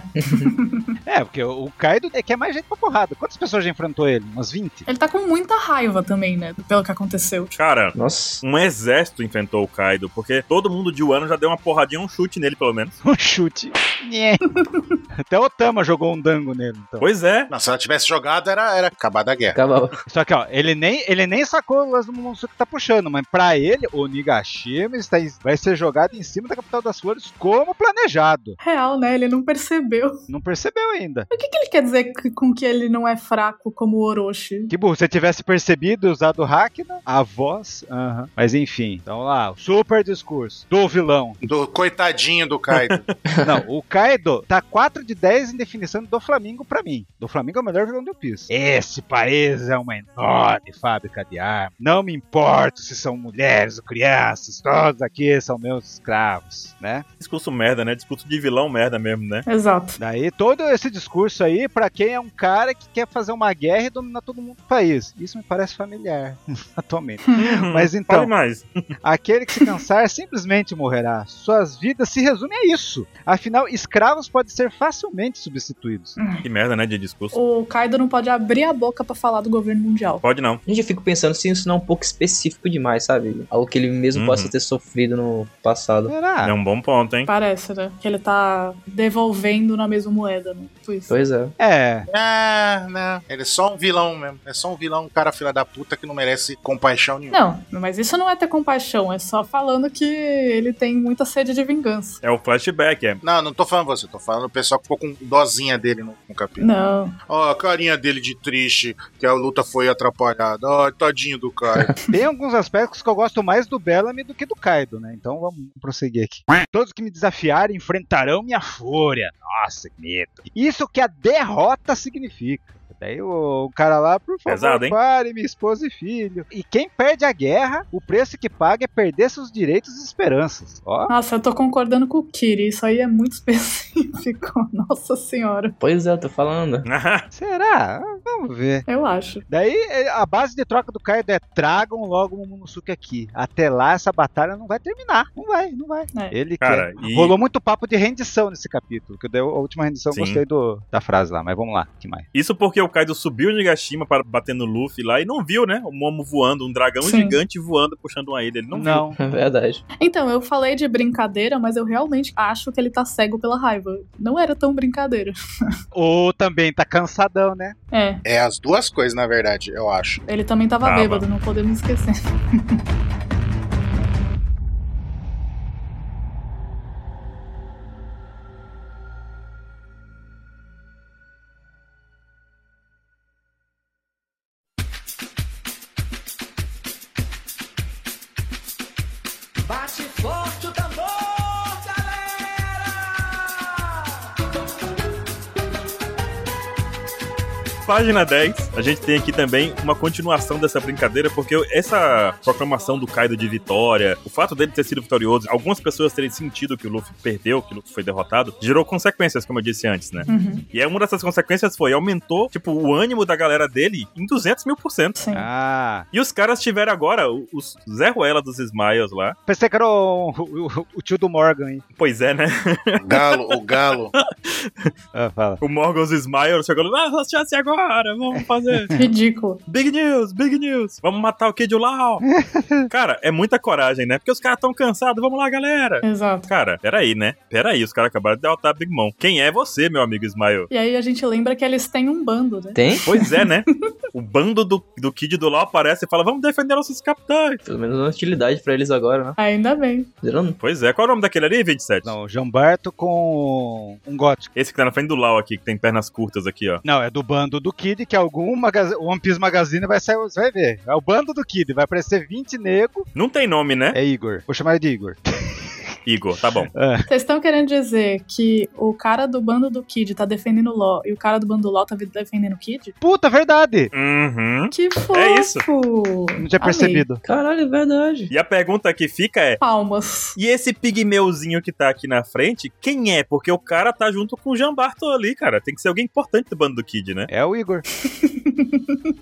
Speaker 5: É, porque o o Kaido é que é mais gente pra porrada. Quantas pessoas já enfrentou ele? Umas 20?
Speaker 2: Ele tá com muita raiva também, né? Pelo que aconteceu.
Speaker 1: Cara,
Speaker 4: Nossa.
Speaker 1: um exército enfrentou o Kaido, porque todo mundo de Wano já deu uma porradinha, um chute nele, pelo menos.
Speaker 5: Um chute. Nhé. Até o Tama jogou um dango nele, então.
Speaker 1: Pois é.
Speaker 3: Não, se ela tivesse jogado, era, era acabada a guerra.
Speaker 4: Acabava.
Speaker 5: Só que, ó, ele nem, ele nem sacou o lance do Momonosuke que tá puxando, mas pra ele, o Nigashima está, em- vai ser jogado em cima da capital das flores como planejado.
Speaker 2: Real, né? Ele não percebeu.
Speaker 5: Não percebeu ainda.
Speaker 2: O que, que ele quer dizer que- com que ele não é fraco como o Orochi?
Speaker 5: Que burro, se ele tivesse percebido e usado o hack, né? A voz, aham. Mas enfim, então lá, o super discurso do vilão.
Speaker 3: Do coitadinho do Kaido.
Speaker 5: Não, o Kaido tá 4 de 10 em definição do Flamengo pra mim. Do Flamengo é o melhor vilão do One Piece. Esse país é uma enorme fábrica de armas. Não me importo se são mulheres ou crianças, todos aqui são meus escravos, né?
Speaker 1: Discurso merda, né? Discurso de vilão merda mesmo, né?
Speaker 2: Exato.
Speaker 5: Daí todo esse discurso aí pra quem é um cara que quer fazer uma guerra e dominar todo mundo do país. Isso me parece familiar atualmente. Mas então,
Speaker 1: Fale mais.
Speaker 5: Aquele que se cansar simplesmente morrerá. Suas vidas se resumem a isso. Afinal, escravos podem ser facilmente substituídos.
Speaker 1: Que merda, né? De discurso.
Speaker 2: O Kaido não pode abrir a boca pra falar do governo mundial.
Speaker 1: Pode não.
Speaker 4: Gente, eu fico pensando se isso não é um pouco específico demais, sabe? Algo que ele mesmo
Speaker 1: Uhum.
Speaker 4: possa ter sofrido no passado.
Speaker 5: Será?
Speaker 1: É um bom ponto, hein?
Speaker 2: Parece, né? Que ele tá devolvendo na mesma moeda, né? Tipo isso.
Speaker 4: Pois é.
Speaker 5: É.
Speaker 3: é, não. Ele é só um vilão mesmo. É só um vilão, um cara filha da puta que não merece compaixão nenhuma.
Speaker 2: Não, mas isso não é ter compaixão, é só falando que ele tem muita sede de vingança.
Speaker 1: É o flashback, é.
Speaker 3: Não, não tô falando você, tô falando o pessoal que ficou com dozinha dele no, no capítulo.
Speaker 2: Não.
Speaker 3: Ó, a carinha dele de triste, que a luta foi atrapalhada. Ó, tadinho do cara.
Speaker 5: Tem alguns aspectos que eu gosto mais do Bellamy do que do Kaido, né? Então vamos prosseguir aqui. Todos que me desafiarem enfrentarão minha fúria. Nossa, que medo. Isso que a derrota significa. Daí o, o cara lá, por favor,
Speaker 1: Pesado, hein?
Speaker 5: pare, minha esposa e filho. E quem perde a guerra, o preço que paga é perder seus direitos e esperanças. Ó,
Speaker 2: Nossa, eu tô concordando com o Kiri, isso aí é muito específico. Nossa senhora,
Speaker 4: Pois é, eu tô falando.
Speaker 5: será? Vamos ver.
Speaker 2: eu acho.
Speaker 5: Daí eh, a base de troca do Kaido é tragam logo o Momonosuke aqui. Até lá essa batalha não vai terminar. Não vai, não vai.
Speaker 2: É.
Speaker 5: Ele quer.
Speaker 1: Cara, e
Speaker 5: Rolou muito papo de rendição nesse capítulo, que eu dei a última rendição, eu
Speaker 1: Sim.
Speaker 5: gostei do, da frase lá, mas vamos lá, que mais?
Speaker 1: isso porque o Kaido subiu o Nigashima para bater no Luffy lá e não viu, né? O Momo voando, um dragão
Speaker 2: Sim.
Speaker 1: gigante voando, puxando uma ilha. Ele não, viu.
Speaker 4: É verdade.
Speaker 2: Então, eu falei de brincadeira, mas eu realmente acho que ele tá cego pela raiva. Não era tão brincadeira.
Speaker 5: Ou também tá cansadão, né?
Speaker 2: É,
Speaker 3: é as duas coisas, na verdade, eu acho.
Speaker 2: ele também tava
Speaker 1: Tava.
Speaker 2: bêbado, não podemos esquecer.
Speaker 6: Bate forte o tambor, galera!
Speaker 1: Página 10, a gente tem aqui também uma continuação dessa brincadeira, porque essa proclamação do Kaido de vitória, o fato dele ter sido vitorioso, algumas pessoas terem sentido que o Luffy perdeu, que o Luffy foi derrotado, gerou consequências, como eu disse antes, né?
Speaker 2: Uhum,
Speaker 1: E aí uma dessas consequências foi, aumentou, tipo, o ânimo da galera dele em 200 mil por cento.
Speaker 2: sim.
Speaker 5: Ah,
Speaker 1: E os caras tiveram agora o- os Zé Ruela dos Smiles lá.
Speaker 5: pensei que era o, o- o tio do Morgan, hein?
Speaker 1: Pois é, né?
Speaker 3: O galo, o galo.
Speaker 5: Ah, fala.
Speaker 1: O Morgan os Smiles chegou lá, ah, vamos chance agora, vamos fazer.
Speaker 2: Ridículo.
Speaker 1: Big news, big news. Vamos matar o Kid Lao. cara, é muita coragem, né? Porque os caras tão cansados, vamos lá, galera.
Speaker 2: Exato.
Speaker 1: Cara, peraí, né? Peraí, os caras acabaram de derrotar Big Mom. Quem é você, meu amigo Smile?
Speaker 2: E aí a gente lembra que eles têm um bando, né?
Speaker 4: Tem?
Speaker 1: Pois é, né? O bando do, do Kid do Lao aparece e fala, vamos defender nossos capitães.
Speaker 4: Pelo menos uma utilidade pra eles agora, né?
Speaker 2: Ainda bem.
Speaker 4: Zerando.
Speaker 1: Pois é, qual é o nome daquele ali, 27?
Speaker 5: Não, o Jambarto com um gótico.
Speaker 1: Esse que tá na frente do Lau aqui, que tem pernas curtas aqui, ó.
Speaker 5: Não, é do bando do Kid, que algum magazi- One Piece Magazine vai sair, você vai ver. É o bando do Kid, vai aparecer 20 nego.
Speaker 1: Não tem nome, né?
Speaker 5: É Igor. Vou chamar ele de Igor.
Speaker 1: Igor, tá bom.
Speaker 2: Vocês estão querendo dizer que o cara do bando do Kid tá defendendo o Law e o cara do bando do Law tá defendendo o Kid?
Speaker 5: Puta, verdade!
Speaker 1: Uhum.
Speaker 2: Que fofo!
Speaker 1: É isso.
Speaker 5: Não tinha percebido.
Speaker 4: Caralho, é verdade.
Speaker 1: E a pergunta que fica é:
Speaker 2: Palmas.
Speaker 1: e esse pigmeuzinho que tá aqui na frente, quem é? Porque o cara tá junto com o Jean Bartol ali, cara. Tem que ser alguém importante do bando do Kid, né?
Speaker 5: É o Igor.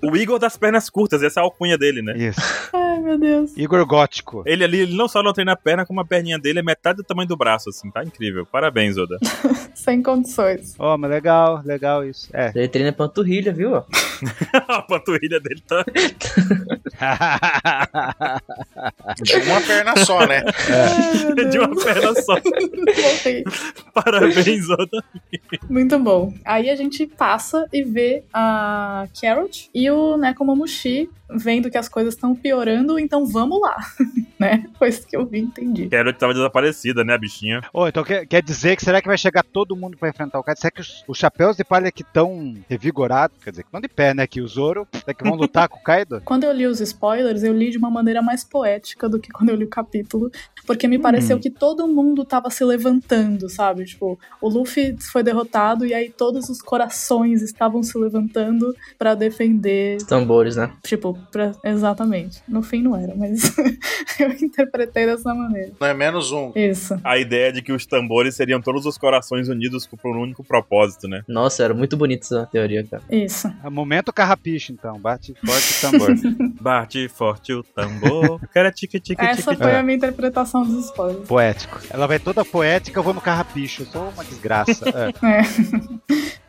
Speaker 1: O Igor das pernas curtas, essa é a alcunha dele, né?
Speaker 5: Isso.
Speaker 2: Ai, meu Deus.
Speaker 5: Igor Gótico.
Speaker 1: Ele ali, ele não só não treina a perna, como a perninha dele é metade do tamanho do braço, assim. Tá incrível. Parabéns, Oda.
Speaker 2: Sem condições.
Speaker 5: Ó, mas legal, legal isso. É.
Speaker 4: Ele treina panturrilha, viu? ó?
Speaker 1: a panturrilha dele tá.
Speaker 3: De uma perna só, né?
Speaker 2: Ai, meu
Speaker 1: de uma
Speaker 2: Deus.
Speaker 1: perna só.
Speaker 2: Voltei.
Speaker 1: Parabéns, Oda.
Speaker 2: Muito bom. Aí a gente passa e vê a Carrot e o Nekomamushi vendo que as coisas estão piorando, então vamos lá, né? Foi isso que eu vi, entendi.
Speaker 1: Carol tava desaparecida, né, a bichinha?
Speaker 5: Ô, então quer, quer dizer que será que vai chegar todo mundo pra enfrentar o cara? Será que os, os chapéus de palha que estão revigorados, quer dizer, que estão de pé, né? Que o Zoro, será que vão lutar com o Kaido?
Speaker 2: Quando eu li os spoilers, eu li de uma maneira mais poética do que quando eu li o capítulo, porque me pareceu que todo mundo tava se levantando, sabe? Tipo, o Luffy foi derrotado e aí todos os corações estavam se levantando pra defender
Speaker 4: Os tambores, né?
Speaker 2: Tipo, pra- exatamente. No fim não era, mas eu interpretei dessa maneira.
Speaker 3: Não é menos um.
Speaker 2: Isso.
Speaker 1: A ideia de que os tambores seriam todos os corações unidos por um único propósito, né?
Speaker 4: Nossa, era muito bonita essa teoria, cara.
Speaker 2: Isso.
Speaker 5: É Momento carrapicho, então. Bate forte o tambor.
Speaker 1: Bate forte o tambor. Cara, tique, tique,
Speaker 2: Essa
Speaker 1: tique.
Speaker 2: foi
Speaker 5: é.
Speaker 2: a minha interpretação dos spoilers.
Speaker 5: Poético. Ela vai toda poética, eu vou no carrapicho. Eu sou uma desgraça. É.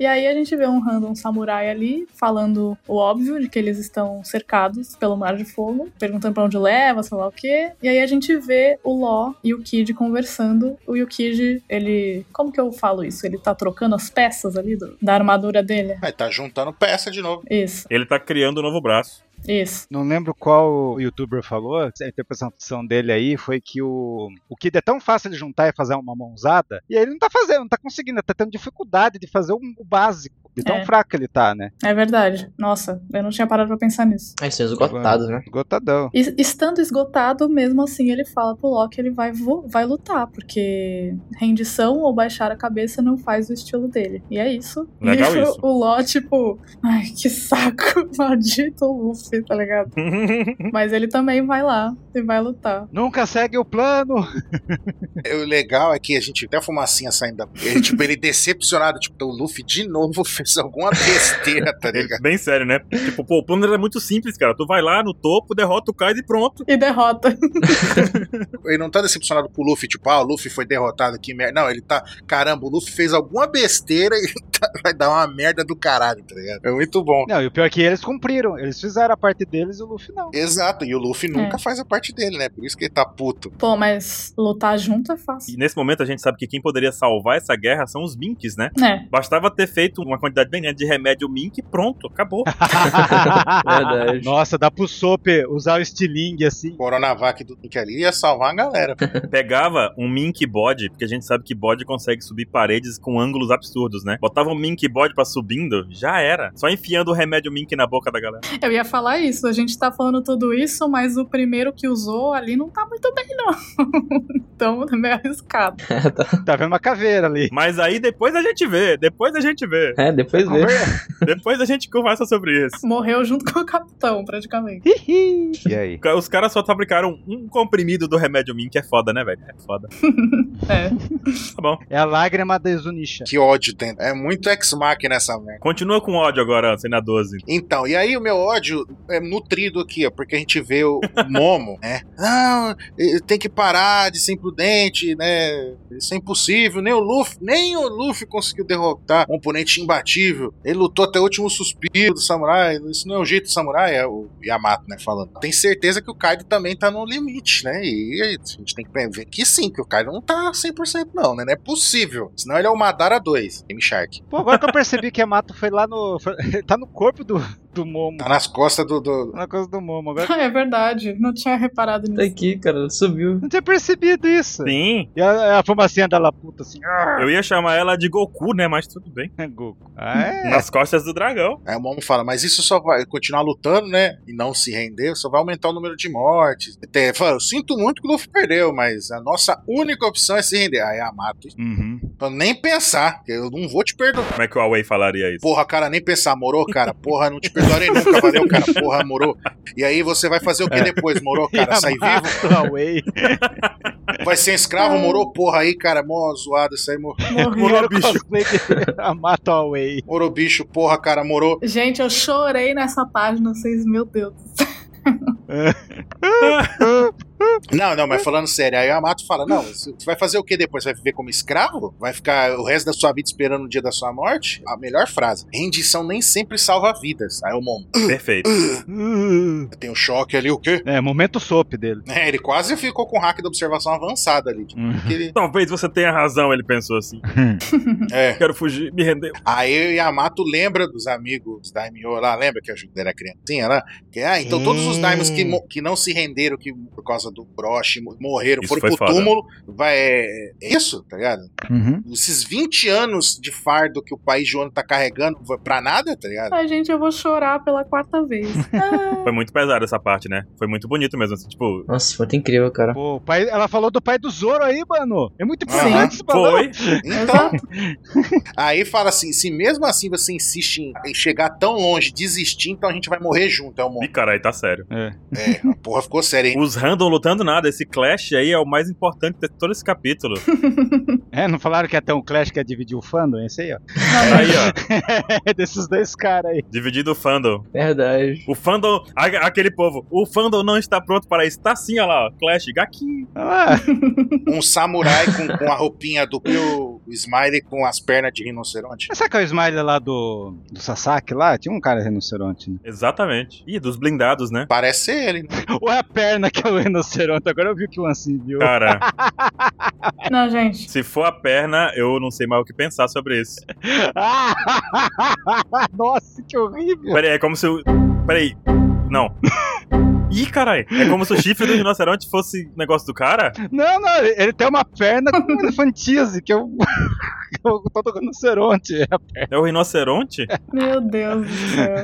Speaker 2: E aí a gente vê um random samurai ali falando o óbvio de que eles estão cercados pelo mar de fogo, perguntando pra onde leva, sei lá o quê. E aí a gente vê o Ló e o Kid conversando. O Yukid, ele. Como que eu falo isso? Ele tá trocando as peças ali do- da armadura dele?
Speaker 3: Mas tá juntando peça de novo.
Speaker 2: Isso,
Speaker 1: Ele tá criando um novo braço.
Speaker 2: isso.
Speaker 5: Não lembro qual youtuber falou, a interpretação dele aí foi que o, o Kid é tão fácil de juntar e fazer uma mãozada, e aí ele não tá fazendo, não tá conseguindo, tá tendo dificuldade de fazer um- o básico, de tão
Speaker 2: É.
Speaker 5: fraco que ele tá, né?
Speaker 2: É verdade. Nossa, eu não tinha parado pra pensar nisso.
Speaker 4: Aí são esgotados, né?
Speaker 5: Gotadão.
Speaker 2: E- Estando esgotado, mesmo assim, ele fala pro Loki que ele vai, vo- vai lutar, porque rendição ou baixar a cabeça não faz o estilo dele. E é isso.
Speaker 1: Legal
Speaker 2: e o-
Speaker 1: isso.
Speaker 2: o Loki, tipo, ai, que saco, maldito Luffy, tá ligado?
Speaker 1: Uhum.
Speaker 2: Mas ele também vai lá e vai lutar.
Speaker 5: Nunca segue o plano!
Speaker 3: O legal é que a gente até a fumacinha saindo da. Ele, tipo, ele decepcionado. Tipo, o Luffy de novo fez alguma besteira, tá ligado?
Speaker 1: Bem sério, né? Tipo, pô, o plano era muito simples, cara. Tu vai lá no topo, derrota o Kaido e pronto.
Speaker 2: E derrota.
Speaker 3: Ele não tá decepcionado com o Luffy, tipo, ah, o Luffy foi derrotado aqui, merda. Não, ele tá. Caramba, o Luffy fez alguma besteira e tá- vai dar uma merda do caralho, tá ligado? É muito bom.
Speaker 5: Não, e o pior é que eles cumpriram, eles fizeram a parte deles e o Luffy não.
Speaker 3: Exato, e o Luffy nunca faz a parte dele, né? Por isso que ele tá puto.
Speaker 2: Pô, mas lutar junto é
Speaker 1: E
Speaker 2: fácil.
Speaker 1: nesse momento a gente sabe que quem poderia salvar essa guerra são os Minks, né?
Speaker 2: É,
Speaker 1: Bastava ter feito uma quantidade bem grande de remédio Mink e pronto, acabou.
Speaker 4: Verdade.
Speaker 5: Nossa, dá pro Sop usar o estilingue assim.
Speaker 3: O Coronavac do Nick ali ia salvar a galera.
Speaker 1: Pegava um Mink Bode, porque a gente sabe que bode consegue subir paredes com ângulos absurdos, né? Botava um Mink Bode pra subindo, já era. Só enfiando o remédio Mink na boca da galera.
Speaker 2: eu ia falar isso. A gente tá falando tudo isso, mas o primeiro que usou ali não tá muito bem, não. então é meio arriscado.
Speaker 5: Tá vendo uma caveira ali.
Speaker 1: Mas aí depois a gente vê, depois a gente vê.
Speaker 4: É, depois vê.
Speaker 1: Depois a gente conversa sobre isso.
Speaker 2: Morreu junto com o capitão, praticamente.
Speaker 5: e aí?
Speaker 1: Ca- Os caras só fabricaram um comprimido do remédio Mink, é foda, né, velho? É foda.
Speaker 2: É.
Speaker 1: Tá bom.
Speaker 5: É a lágrima da Zunisha.
Speaker 3: Que ódio tem. É muito ex-máquina essa merda.
Speaker 1: Continua com ódio agora, Cena 12.
Speaker 3: Então, e aí o meu ódio é nutrido aqui, ó, porque a gente vê o Momo, né? Não, eh, tem que parar de ser imprudente, né? Isso é impossível. Nem o Luffy, nem o Luffy conseguiu derrotar um oponente imbatível. Ele lutou até o último suspiro do samurai. Isso não é um jeito de samurai, é o Yamato, né? Falando. Tem certeza que o Kaido também tá no limite, né? E a gente tem que ver que sim, que o Kaido não tá 100% não, né? Não é possível. Senão ele é o Madara 2, Game Shark.
Speaker 5: Pô, agora que eu percebi que a Mato foi lá no. foi- tá no corpo do, do Momo.
Speaker 3: Tá nas costas do. do-
Speaker 5: Na coisa do Momo. Agora
Speaker 2: É verdade, não tinha reparado
Speaker 4: Tá
Speaker 2: nisso.
Speaker 4: aqui, cara, subiu.
Speaker 5: não tinha percebido isso.
Speaker 1: Sim,
Speaker 5: E a, a fumacinha dela puta assim. "Ah,
Speaker 1: eu ia chamar ela de Goku, né? Mas tudo bem.
Speaker 5: Goku. Ah, é?
Speaker 1: Nas costas do dragão.
Speaker 3: Aí o Momo fala, mas isso só vai continuar lutando, né? E não se render, só vai aumentar o número de mortes. Até, fala, eu sinto muito que o Luffy perdeu, mas a nossa única opção é se render. Aí a Mato.
Speaker 5: Uhum.
Speaker 3: Então, nem pensar, que eu não vou te perdoar.
Speaker 1: Como é que o Awei falaria isso?
Speaker 3: Porra, cara, nem pensar, moro, cara. Porra, não te perdoarei nunca, valeu, cara. Porra, moro. E aí você vai fazer o que depois, moro, cara? Sair vivo?
Speaker 5: Away.
Speaker 3: Vai ser escravo, moro? Porra aí, cara, mó zoado isso aí, moro.
Speaker 2: Morri.
Speaker 5: Primeiro cosplay de Amato Away.
Speaker 3: Moro bicho, porra, cara, moro.
Speaker 2: Gente, eu chorei nessa página, vocês, meu Deus.
Speaker 3: Não, não,
Speaker 1: É.
Speaker 3: mas falando sério, aí o Amato fala: Não, você vai fazer o que depois? Vai viver como escravo? Vai ficar o resto da sua vida esperando o dia da sua morte? A melhor frase: rendição nem sempre salva vidas. Aí o Momo
Speaker 1: Perfeito.
Speaker 3: tem um choque ali, o quê?
Speaker 5: É, momento soap dele.
Speaker 3: É, ele quase ficou com o hack da observação avançada ali.
Speaker 1: Uhum.
Speaker 3: Que ele-
Speaker 1: Talvez você tenha razão, ele pensou assim.
Speaker 3: é.
Speaker 1: Quero fugir, me render.
Speaker 3: Aí o Yamato lembra dos amigos Daimyo lá, lembra que a Júlia era criancinha lá? Que, ah, então todos os Daimos que, mo- que não se renderam que, por causa do broche, mo- morreram,
Speaker 1: Isso
Speaker 3: foram
Speaker 1: foi
Speaker 3: pro
Speaker 1: foda.
Speaker 3: túmulo, vai. É é isso, tá ligado? Esses 20 anos de fardo que o país de ano tá carregando vai pra nada, tá ligado?
Speaker 2: Ai, gente, eu vou chorar pela quarta vez. Ah,
Speaker 1: Foi muito pesado essa parte, né? Foi muito bonito mesmo. Assim, tipo,
Speaker 4: Nossa, foi incrível, cara.
Speaker 5: Pô, o pai, ela falou do pai do Zoro aí, mano. É muito importante esse balão.
Speaker 1: foi.
Speaker 3: Então, aí fala assim: se mesmo assim você insiste em, em chegar tão longe, desistir, então a gente vai morrer junto, é o
Speaker 1: Ih,
Speaker 3: mundo.
Speaker 1: caralho, tá sério.
Speaker 3: É, a porra ficou séria, hein?
Speaker 1: Os random lutando nada. Esse clash aí é o mais importante de todo esse capítulo.
Speaker 5: É, não falaram que é tão Clash que é dividir o fandom? É Esse aí, ó.
Speaker 1: Tá Aí, ó.
Speaker 5: É desses dois caras aí.
Speaker 1: Dividido o fandom.
Speaker 4: Verdade.
Speaker 1: O fandom. a- Aquele povo. O fandom não está pronto para isso. Tá sim, olha lá, ó. Clash, Gaquinho.
Speaker 5: Olha lá.
Speaker 3: Um samurai com, com a roupinha do Bill Smiley com as pernas de rinoceronte.
Speaker 5: Mas Será que é o smile lá do, do Sasaki lá? Tinha um cara rinoceronte, né?
Speaker 1: Exatamente. Ih, dos blindados, né?
Speaker 3: Parece ser ele, né?
Speaker 5: Ou é a perna que é o rinoceronte? Agora eu vi que o Ansin viu.
Speaker 1: Cara,
Speaker 2: não, gente.
Speaker 1: se for a perna, eu não sei mais o que pensar sobre isso.
Speaker 5: Ah! Nossa, que horrível!
Speaker 1: Peraí, é como se o. Peraí. Não. Ih, caralho. É como se o chifre do rinoceronte fosse negócio do cara?
Speaker 5: Não, não, ele ele tem uma perna com elefantise, que é o. que é o- Todo rinoceronte.
Speaker 1: É o rinoceronte?
Speaker 2: Meu Deus do céu.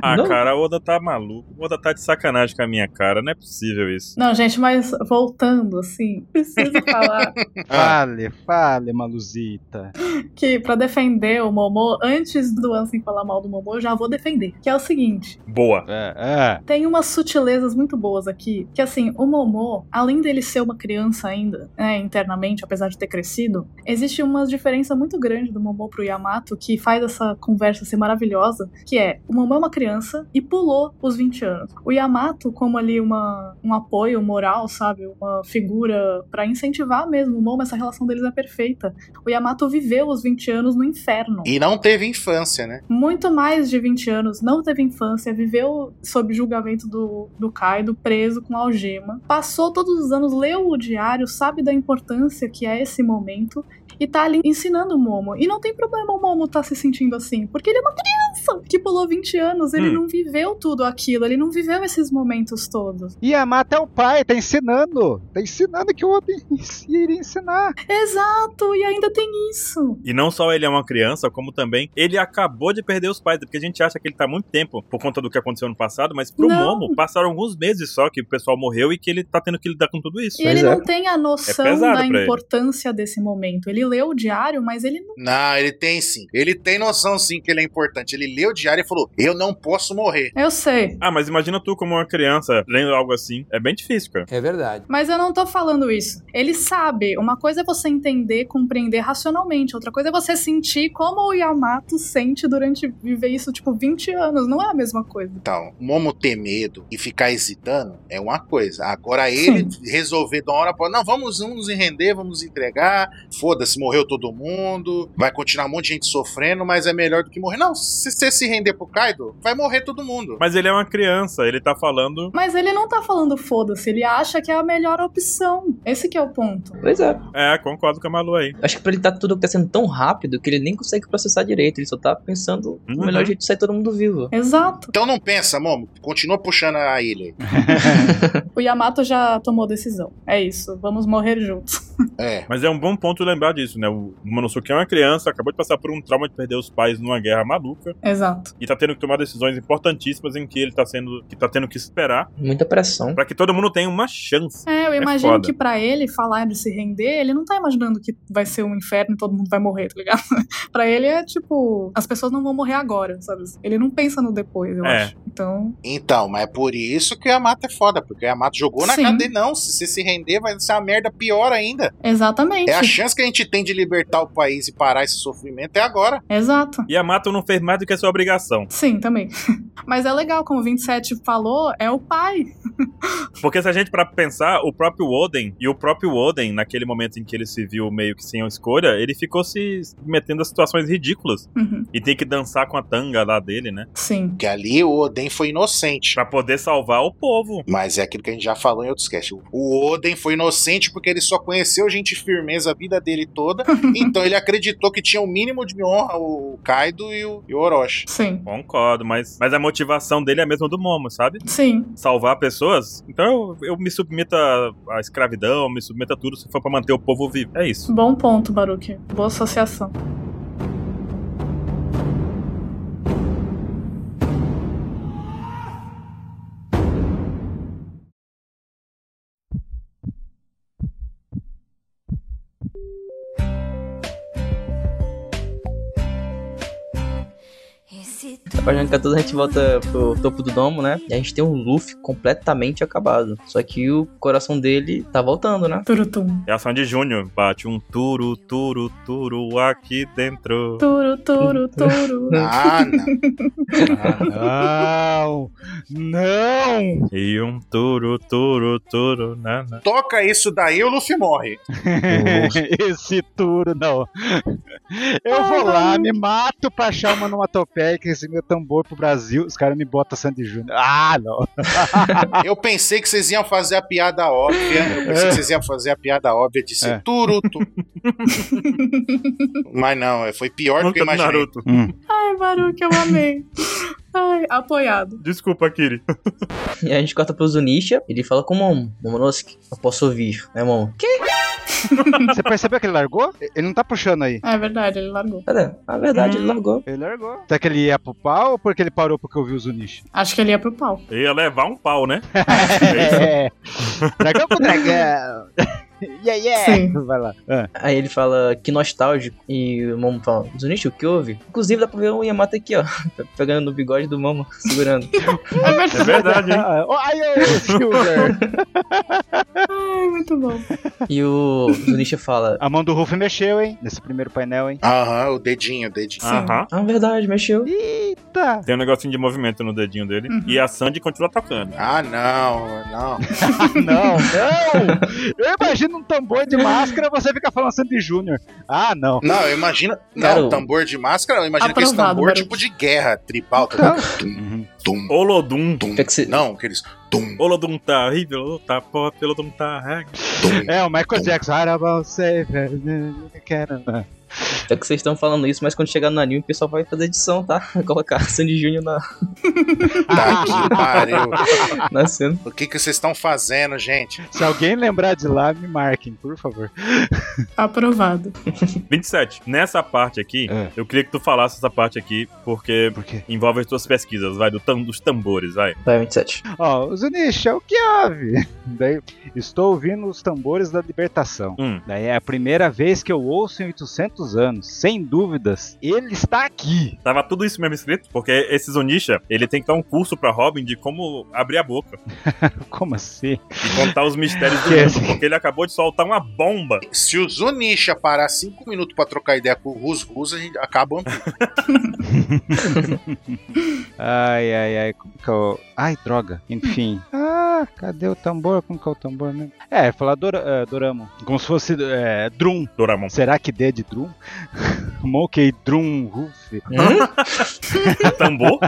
Speaker 1: Ah,
Speaker 4: Não.
Speaker 1: cara, o Oda tá maluco. O Oda tá de sacanagem com a minha cara. Não é possível isso.
Speaker 2: Não, gente, mas voltando, assim, preciso falar
Speaker 5: Fale, fale, Maluzita.
Speaker 2: que pra defender o Momô, antes do Ansem falar mal do Momô, eu já vou defender. Que é o seguinte,
Speaker 1: Boa.
Speaker 5: É, é.
Speaker 2: Tem umas sutilezas muito boas aqui, que assim, o Momô, além dele ser uma criança ainda, né, internamente, apesar de ter crescido, existe uma diferença muito grande do Momô pro Yamato que faz essa conversa ser maravilhosa, que é, o Momô é uma criança e pulou os 20 anos. O Yamato, como ali uma, um apoio moral, sabe, uma figura pra incentivar mesmo o Momo, essa relação deles é perfeita. O Yamato viveu os 20 anos no inferno
Speaker 3: E não teve infância, né?
Speaker 2: muito mais de 20 anos, não teve infância, viveu sob julgamento do, do Kaido, preso com algema, passou todos os anos, leu o diário, sabe da importância que é esse momento e tá ali ensinando o Momo. E não tem problema o Momo tá se sentindo assim, porque ele é uma criança que pulou 20 anos, ele
Speaker 1: Hum.
Speaker 2: não viveu tudo aquilo, ele não viveu esses momentos todos.
Speaker 5: E a Mata é o pai, tá ensinando. Tá ensinando que o outro ens- iria ensinar.
Speaker 2: Exato, e ainda tem isso.
Speaker 1: E não só ele é uma criança, como também ele acabou de perder os pais. Porque a gente acha que ele tá há muito tempo por conta do que aconteceu no passado, mas pro
Speaker 2: Não.
Speaker 1: Momo passaram alguns meses só que o pessoal morreu e que ele tá tendo que lidar com tudo isso.
Speaker 2: E ele
Speaker 4: Pois é.
Speaker 2: não tem a noção
Speaker 1: pesado
Speaker 2: da
Speaker 1: pra ele.
Speaker 2: importância desse momento. Ele leu o diário, mas ele não.
Speaker 3: Não, ele tem sim. Ele tem noção sim que ele é importante. Ele leu o diário e falou: Eu não posso morrer.
Speaker 2: Eu sei,
Speaker 1: Ah, mas imagina tu como uma criança lendo algo assim. É bem difícil, cara.
Speaker 6: É verdade.
Speaker 2: Mas eu não tô falando isso. Ele sabe. Uma coisa é você entender, compreender racionalmente. Outra coisa é você sentir como o Yamato sente durante viver isso, tipo, 20 anos. Não é a mesma coisa.
Speaker 3: Então, Momo ter medo e ficar hesitando é uma coisa. Agora ele resolver de uma hora pra. Não, vamos, vamos nos render, vamos nos entregar. Foda-se, morreu todo todo mundo, vai continuar um monte de gente sofrendo, mas é melhor do que morrer. Não, se você se render pro Kaido, vai morrer todo mundo.
Speaker 1: Mas ele é uma criança, ele tá falando.
Speaker 2: Mas ele não tá falando foda-se, ele acha que é a melhor opção. Esse que é o ponto.
Speaker 4: Pois é.
Speaker 1: É, concordo com a Malu aí.
Speaker 4: Acho que pra ele tá tudo acontecendo tão rápido que ele nem consegue processar direito. Ele só tá pensando
Speaker 1: Uhum.
Speaker 4: no melhor jeito de sair todo mundo vivo.
Speaker 2: Exato.
Speaker 3: Então não pensa, Momo. Continua puxando a ilha.
Speaker 2: O Yamato já tomou decisão. É isso, vamos morrer juntos.
Speaker 3: É.
Speaker 1: Mas é um bom ponto lembrar disso, né? O Monosuke é uma criança, acabou de passar por um trauma de perder os pais numa guerra maluca
Speaker 2: Exato.
Speaker 1: e tá tendo que tomar decisões importantíssimas em que ele tá sendo que tá tendo que esperar
Speaker 4: Muita pressão.
Speaker 1: pra que todo mundo tenha uma chance.
Speaker 2: É, eu imagino
Speaker 1: foda.
Speaker 2: que pra ele falar de se render, ele não tá imaginando que vai ser um inferno e todo mundo vai morrer, tá ligado? pra ele é tipo, as pessoas não vão morrer agora, sabe? Ele não pensa no depois, eu
Speaker 1: É.
Speaker 2: acho. Então,
Speaker 3: Então, mas é por isso que a Mata é foda, porque a Mata jogou na
Speaker 2: Sim.
Speaker 3: cara dele. Não, se você se render, vai ser uma merda pior ainda.
Speaker 2: exatamente.
Speaker 3: É a chance que a gente tem de libertar o país e parar esse sofrimento é agora.
Speaker 2: Exato.
Speaker 1: E a Mato não fez mais do que a sua obrigação.
Speaker 2: Sim, também. Mas é legal, como o 27 falou, é o pai.
Speaker 1: Porque se a gente para pensar, o próprio Oden e o próprio Oden, naquele momento em que ele se viu meio que sem a escolha, ele ficou se metendo a situações ridículas
Speaker 2: Uhum.
Speaker 1: e tem que dançar com a tanga lá dele, né?
Speaker 2: Sim.
Speaker 3: Porque ali o Oden foi inocente.
Speaker 1: Pra poder salvar o povo.
Speaker 3: Mas é aquilo que a gente já falou em outros casts. O Oden foi inocente porque ele só conheceu gente firmeza a vida dele toda. então ele acreditou que tinha o mínimo de honra o Kaido e o, e o Orochi.
Speaker 2: Sim.
Speaker 1: Concordo, mas, mas a motivação dele é a mesma do Momo, sabe?
Speaker 2: Sim.
Speaker 1: Salvar pessoas. Então eu, eu me submeto à à escravidão, me submeto a tudo se for pra manter o povo vivo. É isso.
Speaker 2: Bom ponto, Baruque. Boa associação.
Speaker 4: A página 14 a gente volta pro topo do domo, né? E a gente tem um Luffy completamente acabado. Só que o coração dele tá voltando, né?
Speaker 2: Turutum.
Speaker 1: É ação de Júnior. Bate um turu, turu, turu aqui dentro.
Speaker 2: Turu, turu, turu.
Speaker 3: Ah, não.
Speaker 5: Ah, não! Não!
Speaker 1: E um turu, turu, turu, na, na.
Speaker 3: Toca isso daí, o Luffy morre.
Speaker 5: Esse touro, não. Eu vou lá, me mato pra achar uma onomatopeia que esse meu tambor pro Brasil. Os caras me botam Sandy Júnior. Ah, não.
Speaker 3: Eu pensei que vocês iam fazer a piada óbvia. Eu pensei que vocês iam fazer a piada óbvia de ser
Speaker 5: É.
Speaker 3: turuto. Mas não, foi pior do que eu
Speaker 1: Música do
Speaker 3: imaginei.
Speaker 1: Naruto.
Speaker 2: Ai, Baruque, eu amei. Ai, apoiado.
Speaker 1: Desculpa, Kiri.
Speaker 4: E a gente corta pro Zunisha. Ele fala com o Momo. Momonosuke, eu posso ouvir, né, Momo? Que?
Speaker 5: Você percebeu que ele largou? Ele não tá puxando aí.
Speaker 2: É verdade, ele largou.
Speaker 4: Cadê? Na verdade, ele largou.
Speaker 5: Ele largou. Será que ele ia pro pau ou porque ele parou porque ouviu o Zunichi?
Speaker 2: Acho que ele ia pro pau.
Speaker 1: Ia levar um pau, né?
Speaker 5: É. dragão com dragão. É. Yeah, yeah.
Speaker 2: Sim.
Speaker 5: Vai lá.
Speaker 4: Aí ele fala que nostálgico. E o Momo fala, Zunisha, o que houve? Inclusive, dá pra ver o Yamato aqui, ó. Tá Pegando no bigode do Momo, segurando.
Speaker 2: É verdade.
Speaker 1: É verdade, hein?
Speaker 5: Ah, oh, ai, oh, Silver.
Speaker 2: Ai, muito bom.
Speaker 4: E o Zunisha fala,
Speaker 5: A mão do Ruff mexeu, hein? Nesse primeiro painel, hein?
Speaker 3: Aham, o dedinho, o dedinho.
Speaker 1: Aham.
Speaker 4: ah, verdade, mexeu.
Speaker 5: Eita!
Speaker 1: Tem um negocinho de movimento no dedinho dele.
Speaker 2: Uhum.
Speaker 1: E a Sandy continua tocando.
Speaker 3: Ah, não, não.
Speaker 5: Ah, Não, não! Eu imagino um tambor de máscara você fica falando Sandy Júnior. Ah, não.
Speaker 3: Não, eu imagino.
Speaker 4: Cara,
Speaker 3: Não,
Speaker 4: o-
Speaker 3: tambor de máscara, eu imagino que esse
Speaker 2: Aprovado,
Speaker 3: tambor é
Speaker 2: Baruch.
Speaker 3: tipo de guerra tribal. Tá? Tum,
Speaker 5: Uhum.
Speaker 3: tum,
Speaker 1: Olodum.
Speaker 3: tum.
Speaker 4: Tem que ser-
Speaker 3: Não, aqueles. Tum,
Speaker 1: Olodum tá horrível, Olodum tá pop, Olodum tá reg.
Speaker 3: tum.
Speaker 5: É, o Michael Jackson. I don't save né? quero.
Speaker 4: É que vocês estão falando isso, mas quando chegar no anime, o pessoal vai fazer edição, tá? Vai colocar Sandy Júnior na,
Speaker 3: Tá que pariu.
Speaker 4: na cena.
Speaker 3: O que que vocês estão fazendo, gente?
Speaker 5: Se alguém lembrar de lá, me marquem, por favor.
Speaker 2: Aprovado.
Speaker 1: 27. Nessa parte aqui,
Speaker 5: É.
Speaker 1: eu queria que tu falasse essa parte aqui, porque
Speaker 5: Por quê?
Speaker 1: envolve as tuas pesquisas, vai, do tam- dos tambores, vai.
Speaker 4: Vai, 27.
Speaker 5: Ó, o Zunisha, o que houve? Daí, estou ouvindo os tambores da libertação.
Speaker 1: Hum.
Speaker 5: Daí é a primeira vez que eu ouço em 800 anos. Sem dúvidas, ele está aqui.
Speaker 1: Tava tudo isso mesmo escrito, porque esse Zunisha, ele tem que dar um curso pra Robin de como abrir a boca
Speaker 5: Como assim?
Speaker 1: e contar os mistérios do
Speaker 5: Que é
Speaker 1: mundo,
Speaker 5: esse-
Speaker 1: porque ele acabou de soltar uma bomba.
Speaker 3: Se o Zunisha parar cinco minutos pra trocar ideia com o Rus Rus, a gente acaba. um tudo.
Speaker 5: Ai, ai, ai, como que eu... Ai, droga. Enfim. Ah, Ah, cadê o tambor? Como que é o tambor mesmo? É, falar Dor é, Doramo. Como se fosse é, Drum.
Speaker 1: Doramon.
Speaker 5: Será que D é de Drum? Monkey Drum Roof.
Speaker 4: Hum?
Speaker 1: Tambor?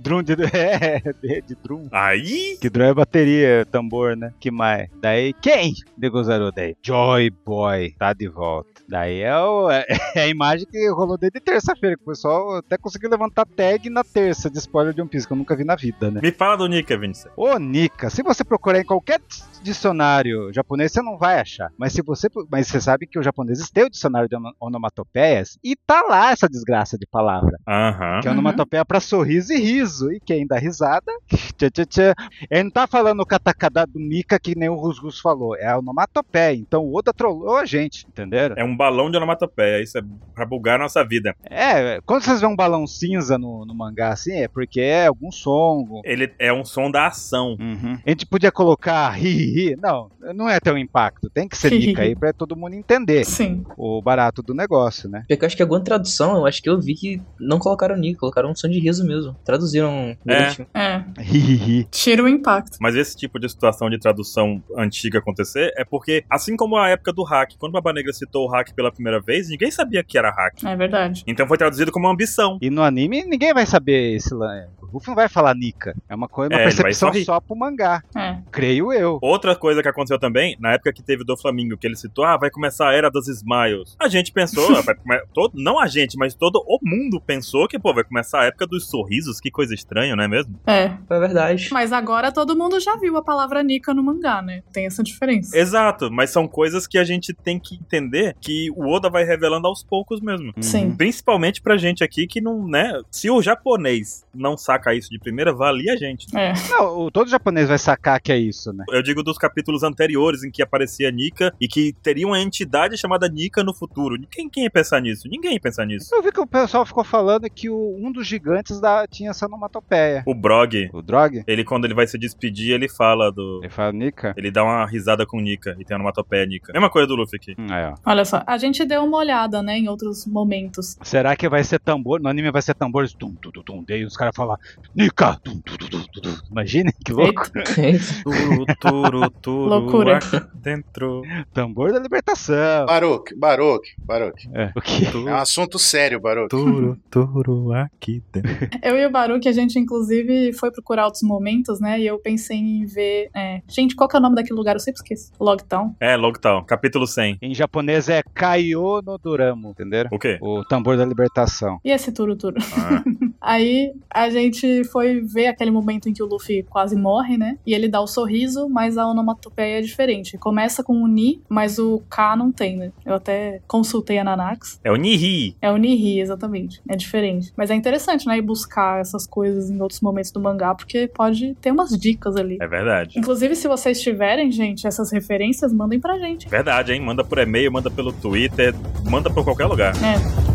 Speaker 5: Drum de. É, D de Drum.
Speaker 1: Aí!
Speaker 5: Que drum é bateria, tambor, né? Que mais? Daí quem degozarou daí? Joy Boy tá de volta. Daí é, o- é a imagem que rolou desde terça-feira, que o pessoal até conseguiu levantar tag na terça de spoiler de One Piece, que eu nunca vi na vida, né?
Speaker 1: Me fala do Nika, Vinícius.
Speaker 5: Ô, Nika, se você procurar em qualquer dicionário japonês, você não vai achar. Mas se você, mas você sabe que os japoneses têm o dicionário de ono- onomatopeias e tá lá essa desgraça de palavra.
Speaker 1: Aham.
Speaker 5: Que é
Speaker 2: Uhum.
Speaker 5: onomatopeia pra sorriso e riso. E quem dá risada, tchê, tchê, tchê. Ele não tá falando o katakana do Nika que nem o Rusgus falou. É a onomatopeia. Então o Oda trollou a gente, entenderam?
Speaker 1: É um balão de onomatopeia, isso é pra bugar a nossa vida.
Speaker 5: É, quando vocês vê um balão cinza no, no mangá assim, é porque é algum som.
Speaker 1: Ele é um som da ação.
Speaker 5: A gente podia colocar hi, hi, hi. Não, não é tão impacto. Tem que ser
Speaker 2: Hi, hi,
Speaker 5: Nika
Speaker 2: hi.
Speaker 5: aí pra todo mundo entender
Speaker 2: Sim.
Speaker 5: o barato do negócio, né?
Speaker 4: Porque eu acho que é alguma tradução, eu acho que eu vi que não colocaram Nick, colocaram um som de riso mesmo. Traduziram direitinho.
Speaker 2: É.
Speaker 5: Hi, hi, hi.
Speaker 2: Tira o impacto.
Speaker 1: Mas esse tipo de situação de tradução antiga acontecer é porque, assim como a época do hack, quando Baba Negra citou o hack pela primeira vez, ninguém sabia que era hack.
Speaker 2: É verdade.
Speaker 1: Então foi traduzido como ambição.
Speaker 5: E no anime ninguém vai saber esse lance. O Ruff não vai falar Nika. É uma coisa, uma
Speaker 1: É, ele vai
Speaker 5: percepção
Speaker 1: sorrir.
Speaker 5: só pro mangá.
Speaker 2: É.
Speaker 5: Creio eu.
Speaker 1: Outra coisa que aconteceu também, na época que teve do Flamengo, que ele citou, ah, vai começar a era das Smiles. A gente pensou, ah, vai come- todo, não a gente, mas todo o mundo pensou que, pô, vai começar a época dos sorrisos, que coisa estranha, não é mesmo?
Speaker 2: É.
Speaker 4: É verdade.
Speaker 2: Mas agora todo mundo já viu a palavra Nika no mangá, né? Tem essa diferença.
Speaker 1: Exato, mas são coisas que a gente tem que entender que o Oda vai revelando aos poucos mesmo.
Speaker 5: Uhum.
Speaker 2: Sim.
Speaker 1: Principalmente pra gente aqui que não, né? Se o japonês não saca isso de primeira, valia a gente. né?
Speaker 2: É.
Speaker 5: Não, o- todo japonês vai sacar que é isso, né?
Speaker 1: Eu digo dos capítulos anteriores em que aparecia Nika e que teria uma entidade chamada Nika no futuro. Quem, quem ia pensar nisso? Ninguém ia pensar nisso.
Speaker 5: Eu vi que o pessoal ficou falando que o- um dos gigantes da- tinha essa onomatopeia.
Speaker 1: O Brog,
Speaker 5: O Drog?
Speaker 1: ele quando ele vai se despedir, ele fala do.
Speaker 5: Ele fala Nika?
Speaker 1: Ele dá uma risada com Nika e tem uma onomatopeia Nika. Mesma coisa do Luffy aqui.
Speaker 5: Hum, Aí, ó.
Speaker 2: Olha só, a gente deu uma olhada, né, em outros momentos.
Speaker 5: Será que vai ser tambor? No anime vai ser tambores. Tum, tum, tum, tum. Daí os caras falam Nika! Tum, tum, tum, tum, tum, tum. Imagina que louco.
Speaker 4: É
Speaker 1: Turu, turu, turu,
Speaker 2: Loucura.
Speaker 1: aqui Dentro.
Speaker 5: Tambor da libertação.
Speaker 3: Baroque, Baroque, Baroque.
Speaker 5: É. O que?
Speaker 3: É um assunto sério, Baroque.
Speaker 1: Turu, turu, aqui dentro.
Speaker 2: Eu e o Baruque, a gente inclusive foi procurar outros momentos, né? E eu pensei em ver. é, Gente, qual que é o nome daquele lugar? Eu sempre esqueço. Logtown.
Speaker 1: É, Logtown, capítulo 100.
Speaker 5: Em japonês é Kaio no Doramo, entenderam?
Speaker 1: O quê?
Speaker 5: O tambor da libertação.
Speaker 2: E esse Turu Turu?
Speaker 1: Ah.
Speaker 2: Aí a gente foi ver aquele momento em que o Luffy quase morre, né? E ele dá o sorriso, mas a onomatopeia é diferente. Começa com o Ni, mas o K não tem, né? Eu até consultei a Nanax.
Speaker 1: É o Nihi.
Speaker 2: É o Nihi, exatamente. É diferente. Mas é interessante, né? Ir buscar essas coisas em outros momentos do mangá, porque pode ter umas dicas ali.
Speaker 1: É verdade.
Speaker 2: Inclusive, se vocês tiverem, gente, essas referências, mandem pra gente.
Speaker 1: Verdade, hein? Manda por e-mail, manda pelo Twitter, manda por qualquer lugar.
Speaker 2: É,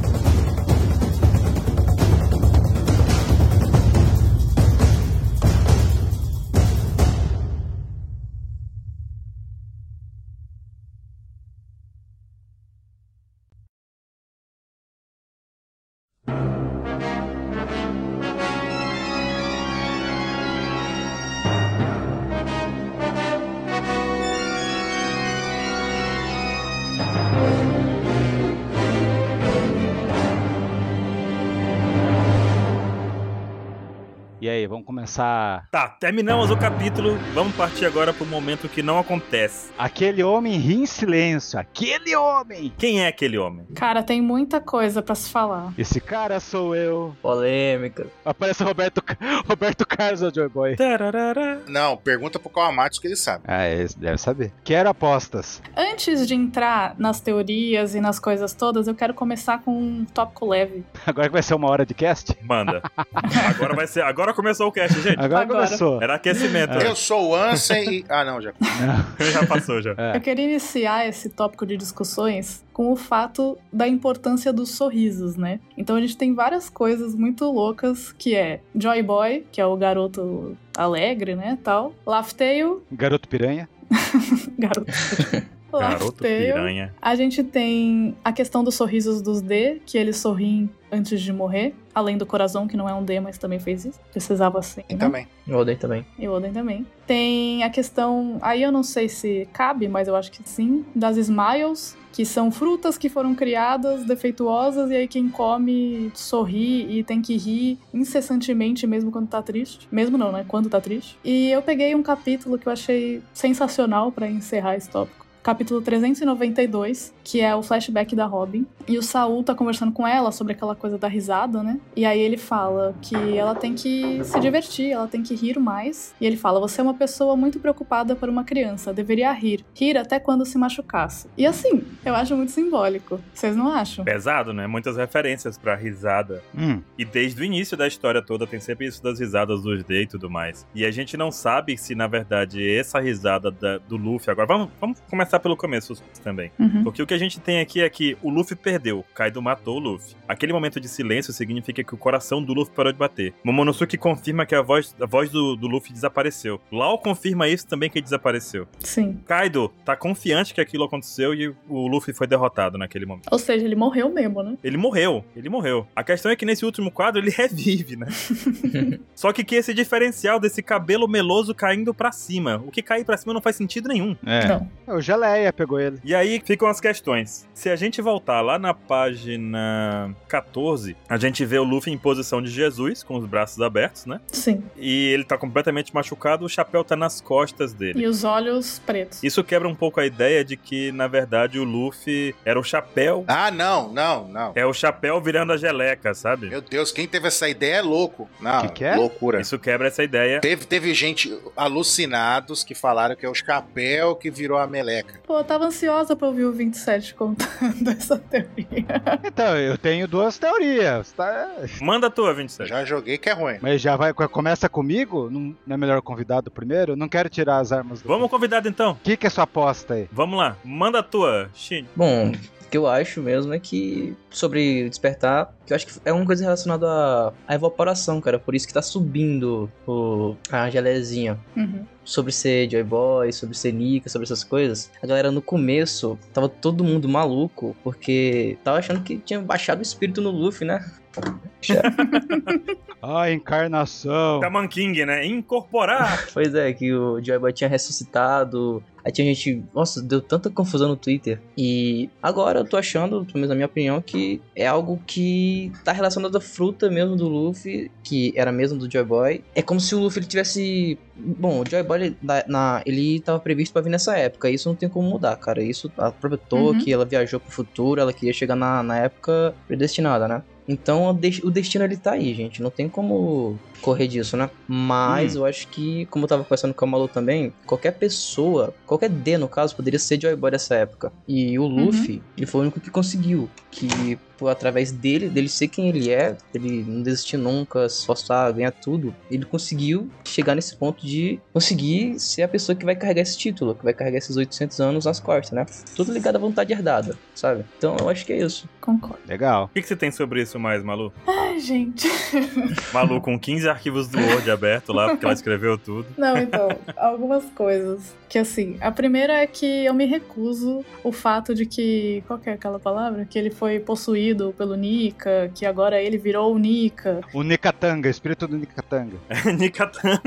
Speaker 5: E aí, vamos começar.
Speaker 1: Tá, terminamos o capítulo. Vamos partir agora pro momento que não acontece.
Speaker 5: Aquele homem ri em silêncio. Aquele homem!
Speaker 1: Quem é aquele homem?
Speaker 2: cara, tem muita coisa pra se falar.
Speaker 5: Esse cara sou eu.
Speaker 4: Polêmica.
Speaker 5: Aparece o Roberto, Roberto Carlos, o Joy Boy.
Speaker 1: Tararara.
Speaker 3: Não, pergunta pro Kawamatsu que ele sabe.
Speaker 5: Ah, esse deve saber. Quero apostas.
Speaker 2: Antes de entrar nas teorias e nas coisas todas, eu quero começar com um tópico leve.
Speaker 5: Agora que vai ser uma hora de cast?
Speaker 1: Manda. Agora vai ser. Agora começou o cast, gente.
Speaker 5: Agora,
Speaker 2: Agora.
Speaker 5: começou.
Speaker 1: Era aquecimento.
Speaker 5: É.
Speaker 3: Eu sou o Ansem e. Ah, não, já.
Speaker 1: Já passou já.
Speaker 5: É.
Speaker 2: Eu queria iniciar esse tópico de discussões com o fato da importância dos sorrisos, né? Então a gente tem várias coisas muito loucas, que é Joy Boy, que é o garoto alegre, né, tal. Laugh Tale,
Speaker 5: Garoto piranha.
Speaker 2: garoto.
Speaker 1: Garoto
Speaker 2: Lifetail.
Speaker 1: piranha.
Speaker 2: A gente tem a questão dos sorrisos dos D, que eles sorriem antes de morrer. Além do coração, que não é um D, mas também fez isso. Precisava ser.
Speaker 3: E
Speaker 2: né?
Speaker 3: também.
Speaker 4: Eu odeio também.
Speaker 2: E o Oden também. Tem a questão, aí eu não sei se cabe, mas eu acho que sim, das smiles, que são frutas que foram criadas defeituosas e aí quem come sorri e tem que rir incessantemente mesmo quando tá triste. Mesmo não, né? Quando tá triste. E eu peguei um capítulo que eu achei sensacional pra encerrar esse tópico. Capítulo 392, que é o flashback da Robin. E o Saul tá conversando com ela sobre aquela coisa da risada, né? E aí ele fala que ela tem que se divertir, ela tem que rir mais. E ele fala: Você é uma pessoa muito preocupada por uma criança, deveria rir. Rir até quando se machucasse. E assim, eu acho muito simbólico. Vocês não acham?
Speaker 1: Pesado, né? Muitas referências pra risada.
Speaker 5: Hum,
Speaker 1: E desde o início da história toda tem sempre isso das risadas dos D e tudo mais. E a gente não sabe se, na verdade, essa risada da- do Luffy agora. Vamos, vamos começar pelo começo também.
Speaker 2: Uhum.
Speaker 1: Porque o que a gente tem aqui é que o Luffy perdeu, Kaido matou o Luffy. Aquele momento de silêncio significa que o coração do Luffy parou de bater. Momonosuke confirma que a voz, a voz do, do Luffy desapareceu. Lau confirma isso também que desapareceu.
Speaker 2: Sim.
Speaker 1: Kaido tá confiante que aquilo aconteceu e o Luffy foi derrotado naquele momento.
Speaker 2: Ou seja, ele morreu mesmo, né?
Speaker 1: Ele morreu, ele morreu. A questão é que nesse último quadro ele revive, né? Só que que esse diferencial desse cabelo meloso caindo pra cima. O que cair pra cima não faz sentido nenhum.
Speaker 5: é.
Speaker 2: Não.
Speaker 5: O Geleia pegou ele.
Speaker 1: E aí ficam as questões. Se a gente voltar lá na página 14, a gente vê o Luffy em posição de Jesus, com os braços abertos, né?
Speaker 2: Sim.
Speaker 1: E ele tá completamente machucado, o chapéu tá nas costas dele.
Speaker 2: E os olhos pretos.
Speaker 1: Isso quebra um pouco a ideia de que, na verdade, o Luffy era o chapéu.
Speaker 3: Ah, não, não, não.
Speaker 1: É o chapéu virando a geleca, sabe?
Speaker 3: Meu Deus, quem teve essa ideia é louco. Não,
Speaker 5: Que que é?
Speaker 3: loucura.
Speaker 1: Isso quebra essa ideia.
Speaker 3: Teve, teve gente alucinados que falaram que é o chapéu que virou a meleca.
Speaker 2: Pô, eu tava ansiosa pra ouvir o 27 contando essa teoria.
Speaker 5: Então, eu tenho duas teorias. Tá?
Speaker 1: Manda a tua, 27.
Speaker 3: Já joguei que é ruim.
Speaker 5: Mas já vai. Começa comigo? Não não é melhor convidado primeiro? Não quero tirar as armas do.
Speaker 1: Vamos, convidado, então.
Speaker 5: O que, que é sua aposta aí?
Speaker 1: Vamos lá. Manda a tua, Shin.
Speaker 4: Bom, o que eu acho mesmo é que sobre despertar, que eu acho que é uma coisa relacionada à, à evaporação, cara. Por isso que tá subindo o, a gelezinha.
Speaker 2: Uhum.
Speaker 4: sobre ser Joy Boy, sobre ser Nika, sobre essas coisas, a galera no começo tava todo mundo maluco, porque tava achando que tinha baixado o espírito no Luffy, né?
Speaker 5: Ah, encarnação.
Speaker 1: Taman King, né? Incorporar.
Speaker 4: Pois é, que o Joy Boy tinha ressuscitado. Aí tinha gente. Nossa, deu tanta confusão no Twitter. E agora eu tô achando, pelo menos na minha opinião, que é algo que tá relacionado à fruta mesmo do Luffy, que era mesmo do Joy Boy. É como se o Luffy ele tivesse. Bom, o Joy Boy ele, na, na- ele tava previsto pra vir nessa época. e Isso não tem como mudar, cara. Isso a própria Toa
Speaker 2: Uhum.
Speaker 4: que ela viajou pro futuro, ela queria chegar na, na época predestinada, né? Então o des- o destino ele tá aí, gente. Não tem como correr disso, né? Mas eu acho que, como eu tava conversando com a Malu também, qualquer pessoa, qualquer D no caso, poderia ser Joy Boy dessa época. E o Luffy, ele foi o único que conseguiu. Que pô, através dele, dele ser quem ele é, ele não desistir nunca, se esforçar, ganhar tudo, ele conseguiu chegar nesse ponto de conseguir ser a pessoa que vai carregar esse título, que vai carregar esses 800 anos nas costas, né? Tudo ligado à vontade herdada, sabe? Então eu acho que é isso.
Speaker 2: Concordo.
Speaker 5: Legal.
Speaker 1: O que, que você tem sobre isso mais, Malu?
Speaker 2: Ai, gente.
Speaker 1: Malu com 15 arquivos do Word aberto lá, porque ela escreveu tudo.
Speaker 2: Não, então, algumas coisas. Que assim, a primeira é que eu me recuso o fato de que. Qual que é aquela palavra? Que ele foi possuído pelo Nika, que agora ele virou o Nika.
Speaker 5: O Nicatanga, espírito do Nicatanga.
Speaker 1: Nikatan.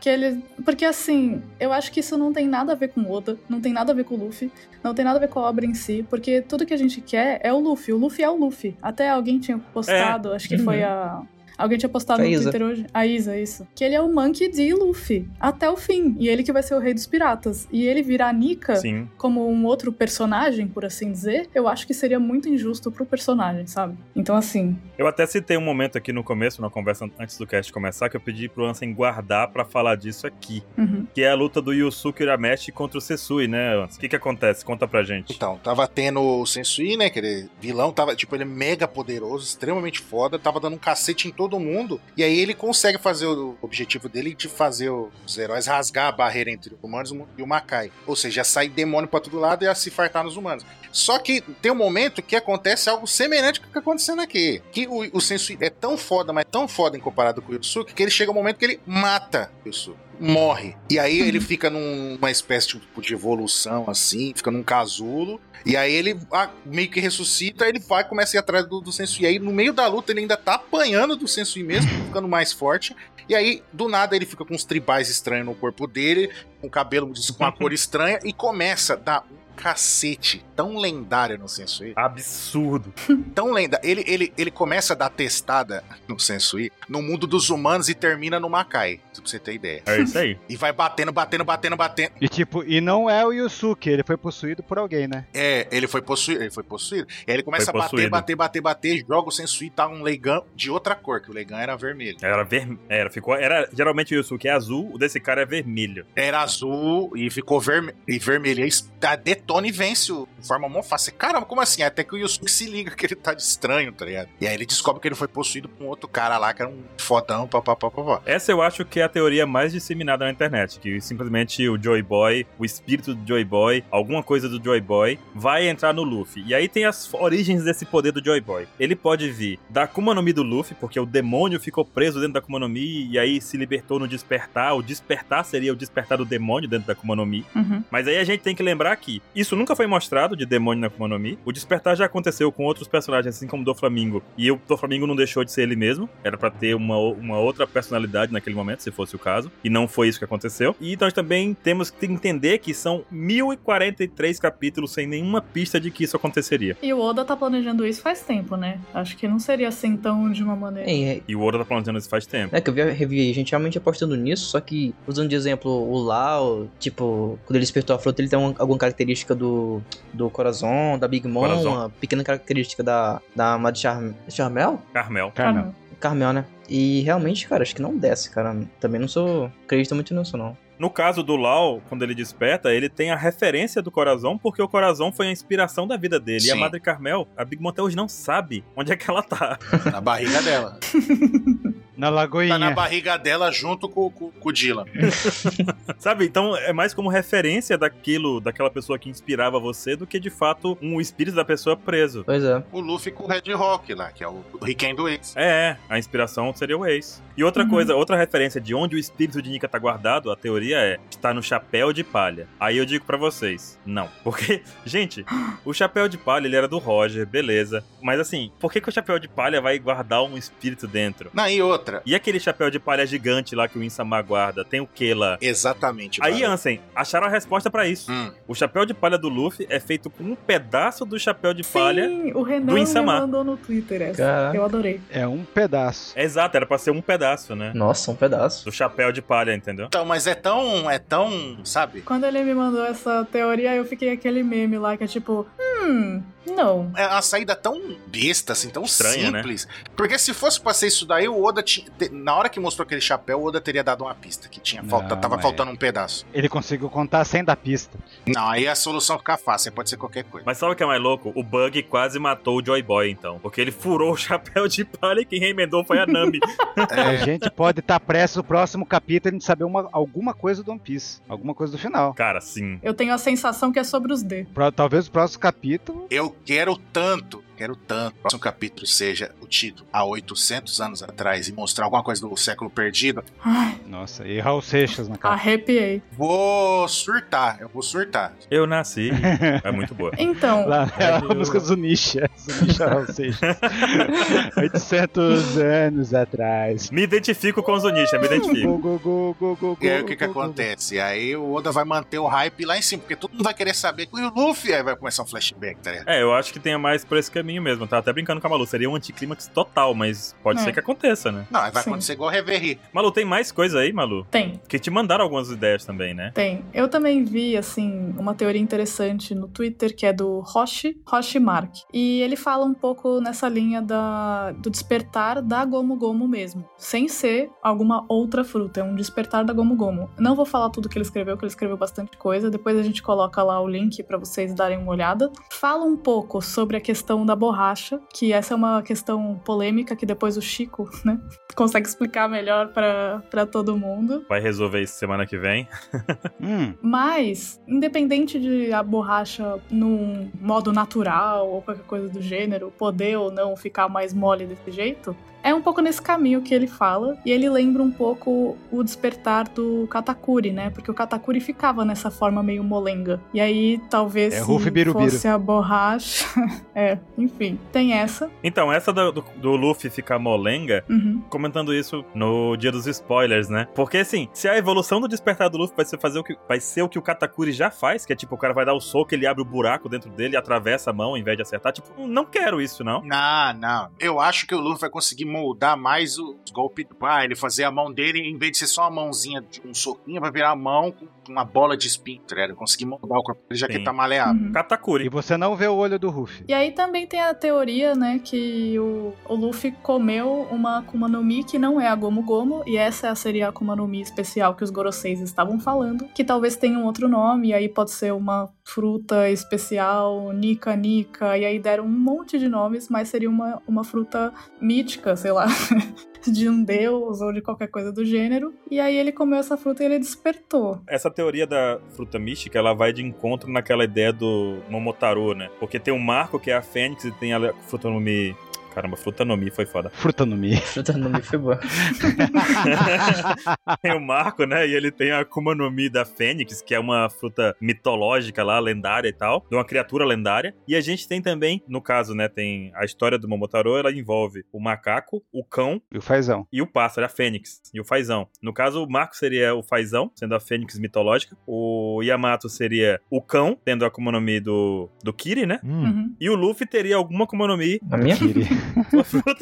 Speaker 2: Que ele. Porque assim, eu acho que isso não tem nada a ver com Oda, não tem nada a ver com o Luffy, não tem nada a ver com a obra em si, porque tudo que a gente quer é o Luffy. O Luffy é o Luffy. Até alguém tinha postado, acho que
Speaker 4: Uhum.
Speaker 2: foi a. Alguém tinha postado
Speaker 4: A
Speaker 2: no
Speaker 4: Isa.
Speaker 2: Twitter hoje. A Isa, isso. Que ele é o Monkey D. Luffy. Até o fim. E ele que vai ser o rei dos piratas. E ele virar Nika
Speaker 1: Sim.
Speaker 2: como um outro personagem, por assim dizer, eu acho que seria muito injusto pro personagem, sabe? Então, assim,
Speaker 1: Eu até citei um momento aqui no começo, na conversa antes do cast começar, que eu pedi pro Ansem guardar pra falar disso aqui.
Speaker 2: uhum.
Speaker 1: Que é a luta do Yusuke Urameshi contra o Sesui, né, Ansem? O que que acontece? Conta pra gente.
Speaker 3: Então, tava tendo o Sensui, né? Aquele vilão, tava, tipo, ele é mega poderoso, extremamente foda, tava dando um cacete em todo mundo. E aí ele consegue fazer o objetivo dele de fazer os heróis rasgar a barreira entre os humanos e o Makai. Ou seja, é sair demônio pra todo lado e a se fartar nos humanos. Só que tem um momento que acontece algo semelhante com o que tá acontecendo aqui. Que o, o Sensui é tão foda, mas tão foda em comparado com o Yusuke, que ele chega um momento que ele mata o Yusuke. morre. E aí ele fica num- numa espécie tipo, de evolução, assim, fica num casulo. E aí ele ah, meio que ressuscita, ele vai começa a ir atrás do, do Sensui. E aí no meio da luta ele ainda tá apanhando do Sensui mesmo, ficando mais forte. E aí, do nada, ele fica com uns tribais estranhos no corpo dele, com cabelo de- com uma cor estranha, e começa a dar um cacete tão lendário no Sensui
Speaker 1: Absurdo.
Speaker 3: tão lenda. Ele, ele, ele começa a dar testada no Sensui no mundo dos humanos e termina no Makai, pra você ter ideia.
Speaker 1: É isso aí.
Speaker 3: E vai batendo, batendo, batendo, batendo.
Speaker 5: E tipo, e não é o Yusuke, ele foi possuído por alguém, né?
Speaker 3: É, ele foi possuído, ele foi possuído. E aí ele começa a
Speaker 1: Foi
Speaker 3: bater,
Speaker 1: possuído.
Speaker 3: bater, bater, bater, joga o Sensui, tá um Leigan de outra cor, que o Leigan era vermelho.
Speaker 1: Era vermelho. Era, ficou. Era, geralmente o Yusuke é azul, o desse cara é vermelho.
Speaker 3: Era azul e ficou vermelho. E vermelho. E aí tá, detona e vence o de forma mó fácil. Caramba, como assim? Até que o Yusuke se liga que ele tá de estranho, tá ligado? E aí ele descobre que ele foi possuído por um outro cara lá, que era um fodão, papapá, papapá.
Speaker 1: Essa eu acho que é a teoria mais disseminada na internet, que simplesmente o Joy Boy, o espírito do Joy Boy, alguma coisa do Joy Boy, vai entrar no Luffy. E aí tem as origens desse poder do Joy Boy. Ele pode vir da Akuma no Mi do Luffy, porque o demônio ficou preso dentro da Akuma no Mi e aí se libertou no despertar. O despertar seria o despertar do demônio dentro da Akuma no Mi.
Speaker 2: Uhum.
Speaker 1: Mas aí a gente tem que lembrar que isso nunca foi mostrado de demônio na Akuma no Mi. O despertar já aconteceu com outros personagens, assim como o Doflamingo. E o Doflamingo não deixou de ser ele mesmo. Era pra ter uma, o- uma outra personalidade naquele momento, se fosse o caso. E não foi isso que aconteceu. E nós também temos que entender que são 1043 capítulos sem nenhuma pista de que isso aconteceria.
Speaker 2: E o Oda tá planejando isso faz tempo, né? Acho que não seria assim tão de uma maneira.
Speaker 4: É,
Speaker 1: E o Oda tá planejando isso faz tempo.
Speaker 4: É que eu vi a revi gente realmente apostando nisso, só que usando de exemplo o Lau, tipo, quando ele despertou a frota, ele tem uma- alguma característica do, do Corazon, da Big Mom,
Speaker 1: Corazon.
Speaker 4: uma pequena característica da, da Amada Char Charmel?
Speaker 1: Carmel.
Speaker 5: Caramba.
Speaker 4: Carmel, né? E realmente, cara, acho que não desce, cara. Também não sou. acredito muito nisso, não.
Speaker 1: No caso do Lau, quando ele desperta, ele tem a referência do Corazon, porque o Corazon foi a inspiração da vida dele. E a
Speaker 3: Sim.
Speaker 1: Madre Carmel, a Big Mom até hoje não sabe onde é que ela tá.
Speaker 3: Na barriga dela.
Speaker 5: Na Lagoinha.
Speaker 3: Tá na barriga dela junto com, com- com o Dylan.
Speaker 1: Sabe? Então é mais como referência daquilo, daquela pessoa que inspirava você, do que de fato um espírito da pessoa preso.
Speaker 4: Pois é.
Speaker 3: O Luffy com o Red Rock lá, que é o Riken do Ace.
Speaker 1: É, a inspiração seria o ex. E outra
Speaker 2: Uhum.
Speaker 1: coisa, outra referência de onde o espírito de Nika tá guardado, a teoria é está no chapéu de palha. Aí eu digo pra vocês, não. Porque, gente, o chapéu de palha ele era do Roger, beleza. Mas assim, por que, que o chapéu de palha vai guardar um espírito dentro?
Speaker 3: Não, e outra.
Speaker 1: E aquele chapéu de palha gigante lá que o Insama guarda, tem o que lá?
Speaker 3: Exatamente.
Speaker 1: Aí,
Speaker 3: mano.
Speaker 1: Ansem, acharam a resposta pra isso.
Speaker 3: Hum,
Speaker 1: O chapéu de palha do Luffy é feito com um pedaço do chapéu de palha.
Speaker 2: Sim, o Renan
Speaker 1: do
Speaker 2: me
Speaker 1: Insama.
Speaker 2: mandou no Twitter essa.
Speaker 4: Caraca.
Speaker 2: Eu adorei.
Speaker 5: É um pedaço.
Speaker 1: Exato, era pra ser um pedaço, né?
Speaker 2: Hum.
Speaker 4: Nossa, um pedaço.
Speaker 1: Do chapéu de palha, entendeu?
Speaker 3: Então, mas é tão. É tão. Sabe?
Speaker 2: Quando ele me mandou essa teoria, eu fiquei aquele meme lá que é tipo, hum, não.
Speaker 3: É uma saída tão besta, assim, tão
Speaker 1: Estranha, né?
Speaker 3: simples. Porque se fosse pra ser isso daí, o Oda. ti- te- na hora que mostrou aquele chapéu, o Oda teria dado uma pista que tinha falta,
Speaker 5: Não,
Speaker 3: tava
Speaker 5: é.
Speaker 3: faltando um pedaço.
Speaker 5: Ele conseguiu contar sem da pista.
Speaker 3: Não, aí a solução fica fácil, aí pode ser qualquer coisa.
Speaker 1: Mas sabe o que é mais louco? O Bug quase matou o Joy Boy, então. Porque ele furou o chapéu de palha e quem remendou foi a Nami.
Speaker 5: A
Speaker 3: É,
Speaker 5: gente pode estar presto o próximo capítulo e saber uma, alguma coisa do One Piece. Alguma coisa do final.
Speaker 1: Cara, sim.
Speaker 2: Eu tenho a sensação que é sobre os D.
Speaker 5: Pro- talvez o próximo capítulo.
Speaker 3: Eu quero tanto, quero tanto. O próximo capítulo seja o título há 800 anos atrás e mostrar alguma coisa do século perdido.
Speaker 2: Ai,
Speaker 5: Nossa, e Raul Seixas na
Speaker 2: Ah,
Speaker 5: cara.
Speaker 2: arrepiei.
Speaker 3: Vou surtar, eu vou surtar.
Speaker 1: Eu nasci. É muito boa.
Speaker 2: Então,
Speaker 5: Lá, é a
Speaker 1: Ai, meu.
Speaker 5: música Zunisha. Zunisha Raul Seixas. 800 anos atrás.
Speaker 1: Me identifico com o Zunisha, me identifico.
Speaker 2: Uhum.
Speaker 5: Go, go, go, go, go, go,
Speaker 3: E aí É, o que que
Speaker 5: go, go, go.
Speaker 3: acontece? Aí o Oda vai manter o hype lá em cima, porque todo mundo vai querer saber que o Luffy aí vai começar um flashback, tá ligado?
Speaker 1: É, eu acho que tenha mais por esse caminho mesmo. Tá até brincando com a Malu. Seria um anticlímax total, mas pode
Speaker 2: É.
Speaker 1: ser que aconteça, né?
Speaker 3: Não, aí vai
Speaker 2: Sim.
Speaker 3: acontecer igual Reverie.
Speaker 1: Malu, tem mais coisa aí, Malu?
Speaker 2: tem.
Speaker 1: Que te mandaram algumas ideias também, né?
Speaker 2: Tem. Eu também vi, assim, uma teoria interessante no Twitter, que é do Roche, Roche Mark. E ele fala um pouco nessa linha da, do despertar da Gomu Gomu mesmo, sem ser alguma outra fruta, é um despertar da Gomu Gomu. Não vou falar tudo que ele escreveu, que ele escreveu bastante coisa, depois a gente coloca lá o link pra vocês darem uma olhada. Fala um pouco sobre a questão da borracha, que essa é uma questão polêmica que depois o Chico, né, consegue explicar melhor pra pra todo mundo.
Speaker 1: Vai resolver isso semana que vem.
Speaker 5: Hum,
Speaker 2: Mas, independente de a borracha num modo natural ou qualquer coisa do gênero, poder ou não ficar mais mole desse jeito, é um pouco nesse caminho que ele fala. E ele lembra um pouco o despertar do Katakuri, né? Porque o Katakuri ficava nessa forma meio molenga. E aí, talvez
Speaker 5: É,
Speaker 2: se
Speaker 5: Rufi Birubiru.
Speaker 2: fosse a borracha. é, enfim. Tem essa.
Speaker 1: Então, essa do, do, do Luffy ficar molenga,
Speaker 2: Uhum.
Speaker 1: comentando isso no dia dos spoilers, né? Porque assim, se a evolução do despertar do Luffy vai ser fazer o que vai ser o que o Katakuri já faz, que é tipo o cara vai dar o soco, ele abre o buraco dentro dele, atravessa a mão em vez de acertar, tipo, não quero isso não.
Speaker 3: Não, não. Eu acho que o Luffy vai conseguir moldar mais os golpes. Ah, ele fazer a mão dele, em vez de ser só uma mãozinha de um soquinho, vai virar a mão com uma bola de espinho, tá ligado? Conseguir moldar o corpo dele já que
Speaker 1: Sim.
Speaker 3: ele tá maleável.
Speaker 2: Uhum.
Speaker 5: e
Speaker 1: Katakuri.
Speaker 5: você não vê o olho do Ruffy.
Speaker 2: E aí também tem a teoria, né, que o, o Luffy comeu uma Akuma no Mi que não é a Gomu Gomu, e essa seria a Akuma no Mi especial que os Goroseis estavam falando, que talvez tenha um outro nome, e aí pode ser uma fruta especial, Nika Nika, e aí deram um monte de nomes, mas seria uma, uma fruta mítica, sei lá, de um deus ou de qualquer coisa do gênero. E aí ele comeu essa fruta e ele despertou.
Speaker 1: Essa teoria da fruta mística, ela vai de encontro naquela ideia do Momotaro, né? Porque tem o Marco, que é a Fênix, e tem a fruta no Mi. Caramba, fruta no Mi foi foda.
Speaker 5: Fruta no Mi.
Speaker 4: Fruta no Mi foi boa.
Speaker 1: Tem o Marco, né? E ele tem a Akuma no Mi da Fênix, que é uma fruta mitológica lá, lendária e tal, de uma criatura lendária. E a gente tem também, no caso, né? Tem a história do Momotaro, ela envolve o macaco, o cão
Speaker 5: e o fazão.
Speaker 1: e o pássaro, a Fênix e o fazão. No caso, o Marco seria o fazão, sendo a Fênix mitológica. O Yamato seria o cão, tendo a Akuma no Mi do, do Kiri, né?
Speaker 2: Uhum.
Speaker 1: E o Luffy teria alguma Akuma no Mi.
Speaker 4: A minha?
Speaker 5: Kiri.
Speaker 1: Uma fruta.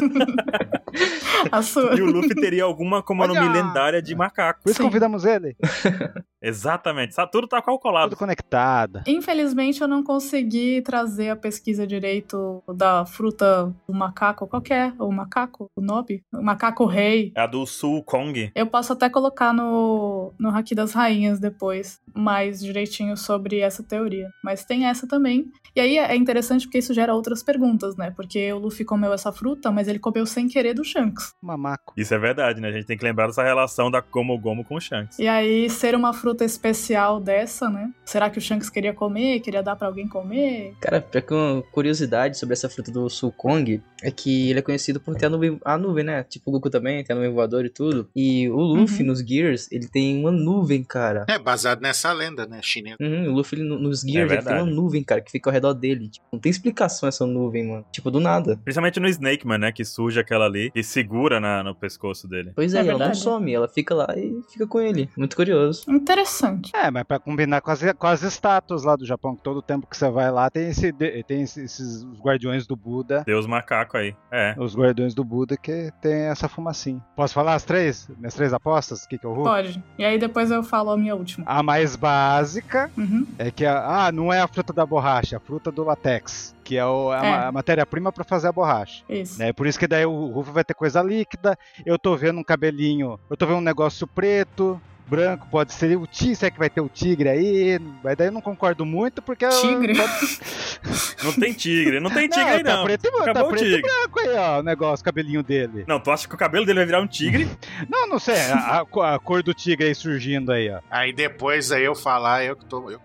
Speaker 2: A sua.
Speaker 1: e o Luffy teria alguma Akuma no Mi
Speaker 5: Olha!
Speaker 1: lendária de macaco.
Speaker 5: Por isso
Speaker 2: Sim.
Speaker 5: convidamos ele. Tá
Speaker 1: Exatamente. Sa- Tudo tá
Speaker 5: Tudo
Speaker 1: calculado.
Speaker 5: conectado.
Speaker 2: Infelizmente eu não consegui trazer a pesquisa direito da fruta do macaco, qual que é? O macaco? O nob? O macaco rei.
Speaker 1: É a do Sul Kong.
Speaker 2: Eu posso até colocar no, no Haki das Rainhas depois, mais direitinho sobre essa teoria. Mas tem essa também. E aí é interessante porque isso gera outras perguntas, né? Porque o Luffy comeu essa fruta, mas ele comeu sem querer do Shanks.
Speaker 5: Mamaco.
Speaker 1: Isso é verdade, né? A gente tem que lembrar dessa relação da Como Gomo com o Shanks.
Speaker 2: E aí, ser uma fruta especial dessa, né? Será que o Shanks queria comer? Queria dar pra alguém comer?
Speaker 4: Cara, pra que uma curiosidade sobre essa fruta do Sulkong é que ele é conhecido por ter a nuvem, a nuvem, né? Tipo o Goku também, tem a nuvem voadora e tudo. E o Luffy
Speaker 2: Uhum.
Speaker 4: nos Gears, ele tem uma nuvem, cara.
Speaker 3: É baseado nessa lenda, né, chinesa.
Speaker 4: Uhum, o Luffy ele, no- nos Gears ele tem
Speaker 1: É verdade.
Speaker 4: uma nuvem, cara, que fica ao redor dele. Tipo, não tem explicação essa nuvem, mano. Tipo, do nada.
Speaker 1: Principalmente no Snake Man, né? Que surge aquela ali e segura na- no pescoço dele.
Speaker 4: Pois
Speaker 2: É
Speaker 4: é, ela não
Speaker 2: verdade.
Speaker 4: some, ela fica lá e fica com ele. Muito curioso.
Speaker 2: Interessante.
Speaker 5: É, mas pra combinar com as, com as estátuas lá do Japão, que todo tempo que você vai lá tem, esse, de- tem esse- esses os guardiões do Buda.
Speaker 1: Deus macaco aí. É.
Speaker 5: Os guardiões do Buda que tem essa fumacinha. Posso falar as três? Minhas três apostas? O que, que eu vou?
Speaker 2: Pode. E aí depois eu falo a minha última.
Speaker 5: A mais básica
Speaker 2: Uhum.
Speaker 5: é que a, ah, não é a fruta da borracha, é a fruta do latex, que é, o- a
Speaker 2: É.
Speaker 5: ma- a matéria-prima pra fazer a borracha.
Speaker 2: Isso.
Speaker 5: né? Por isso que daí o Rufo vai ter coisa líquida. Eu tô vendo um cabelinho, eu tô vendo um negócio preto, branco, pode ser o tigre, será que vai ter o tigre aí? Mas daí eu não concordo muito, porque. eu-
Speaker 2: Tigre?
Speaker 1: Não tem tigre, não tem tigre
Speaker 5: não,
Speaker 1: aí
Speaker 5: tá
Speaker 1: não.
Speaker 5: preto e branco, tá
Speaker 1: Acabou o
Speaker 5: preto e
Speaker 1: tigre.
Speaker 5: branco aí, ó, o negócio, o cabelinho dele.
Speaker 1: Não, tu acha que o cabelo dele vai virar um tigre?
Speaker 5: Não, não sei, a, a co- a cor do tigre aí surgindo aí, ó.
Speaker 3: Aí depois aí eu falar, eu que tô. Eu...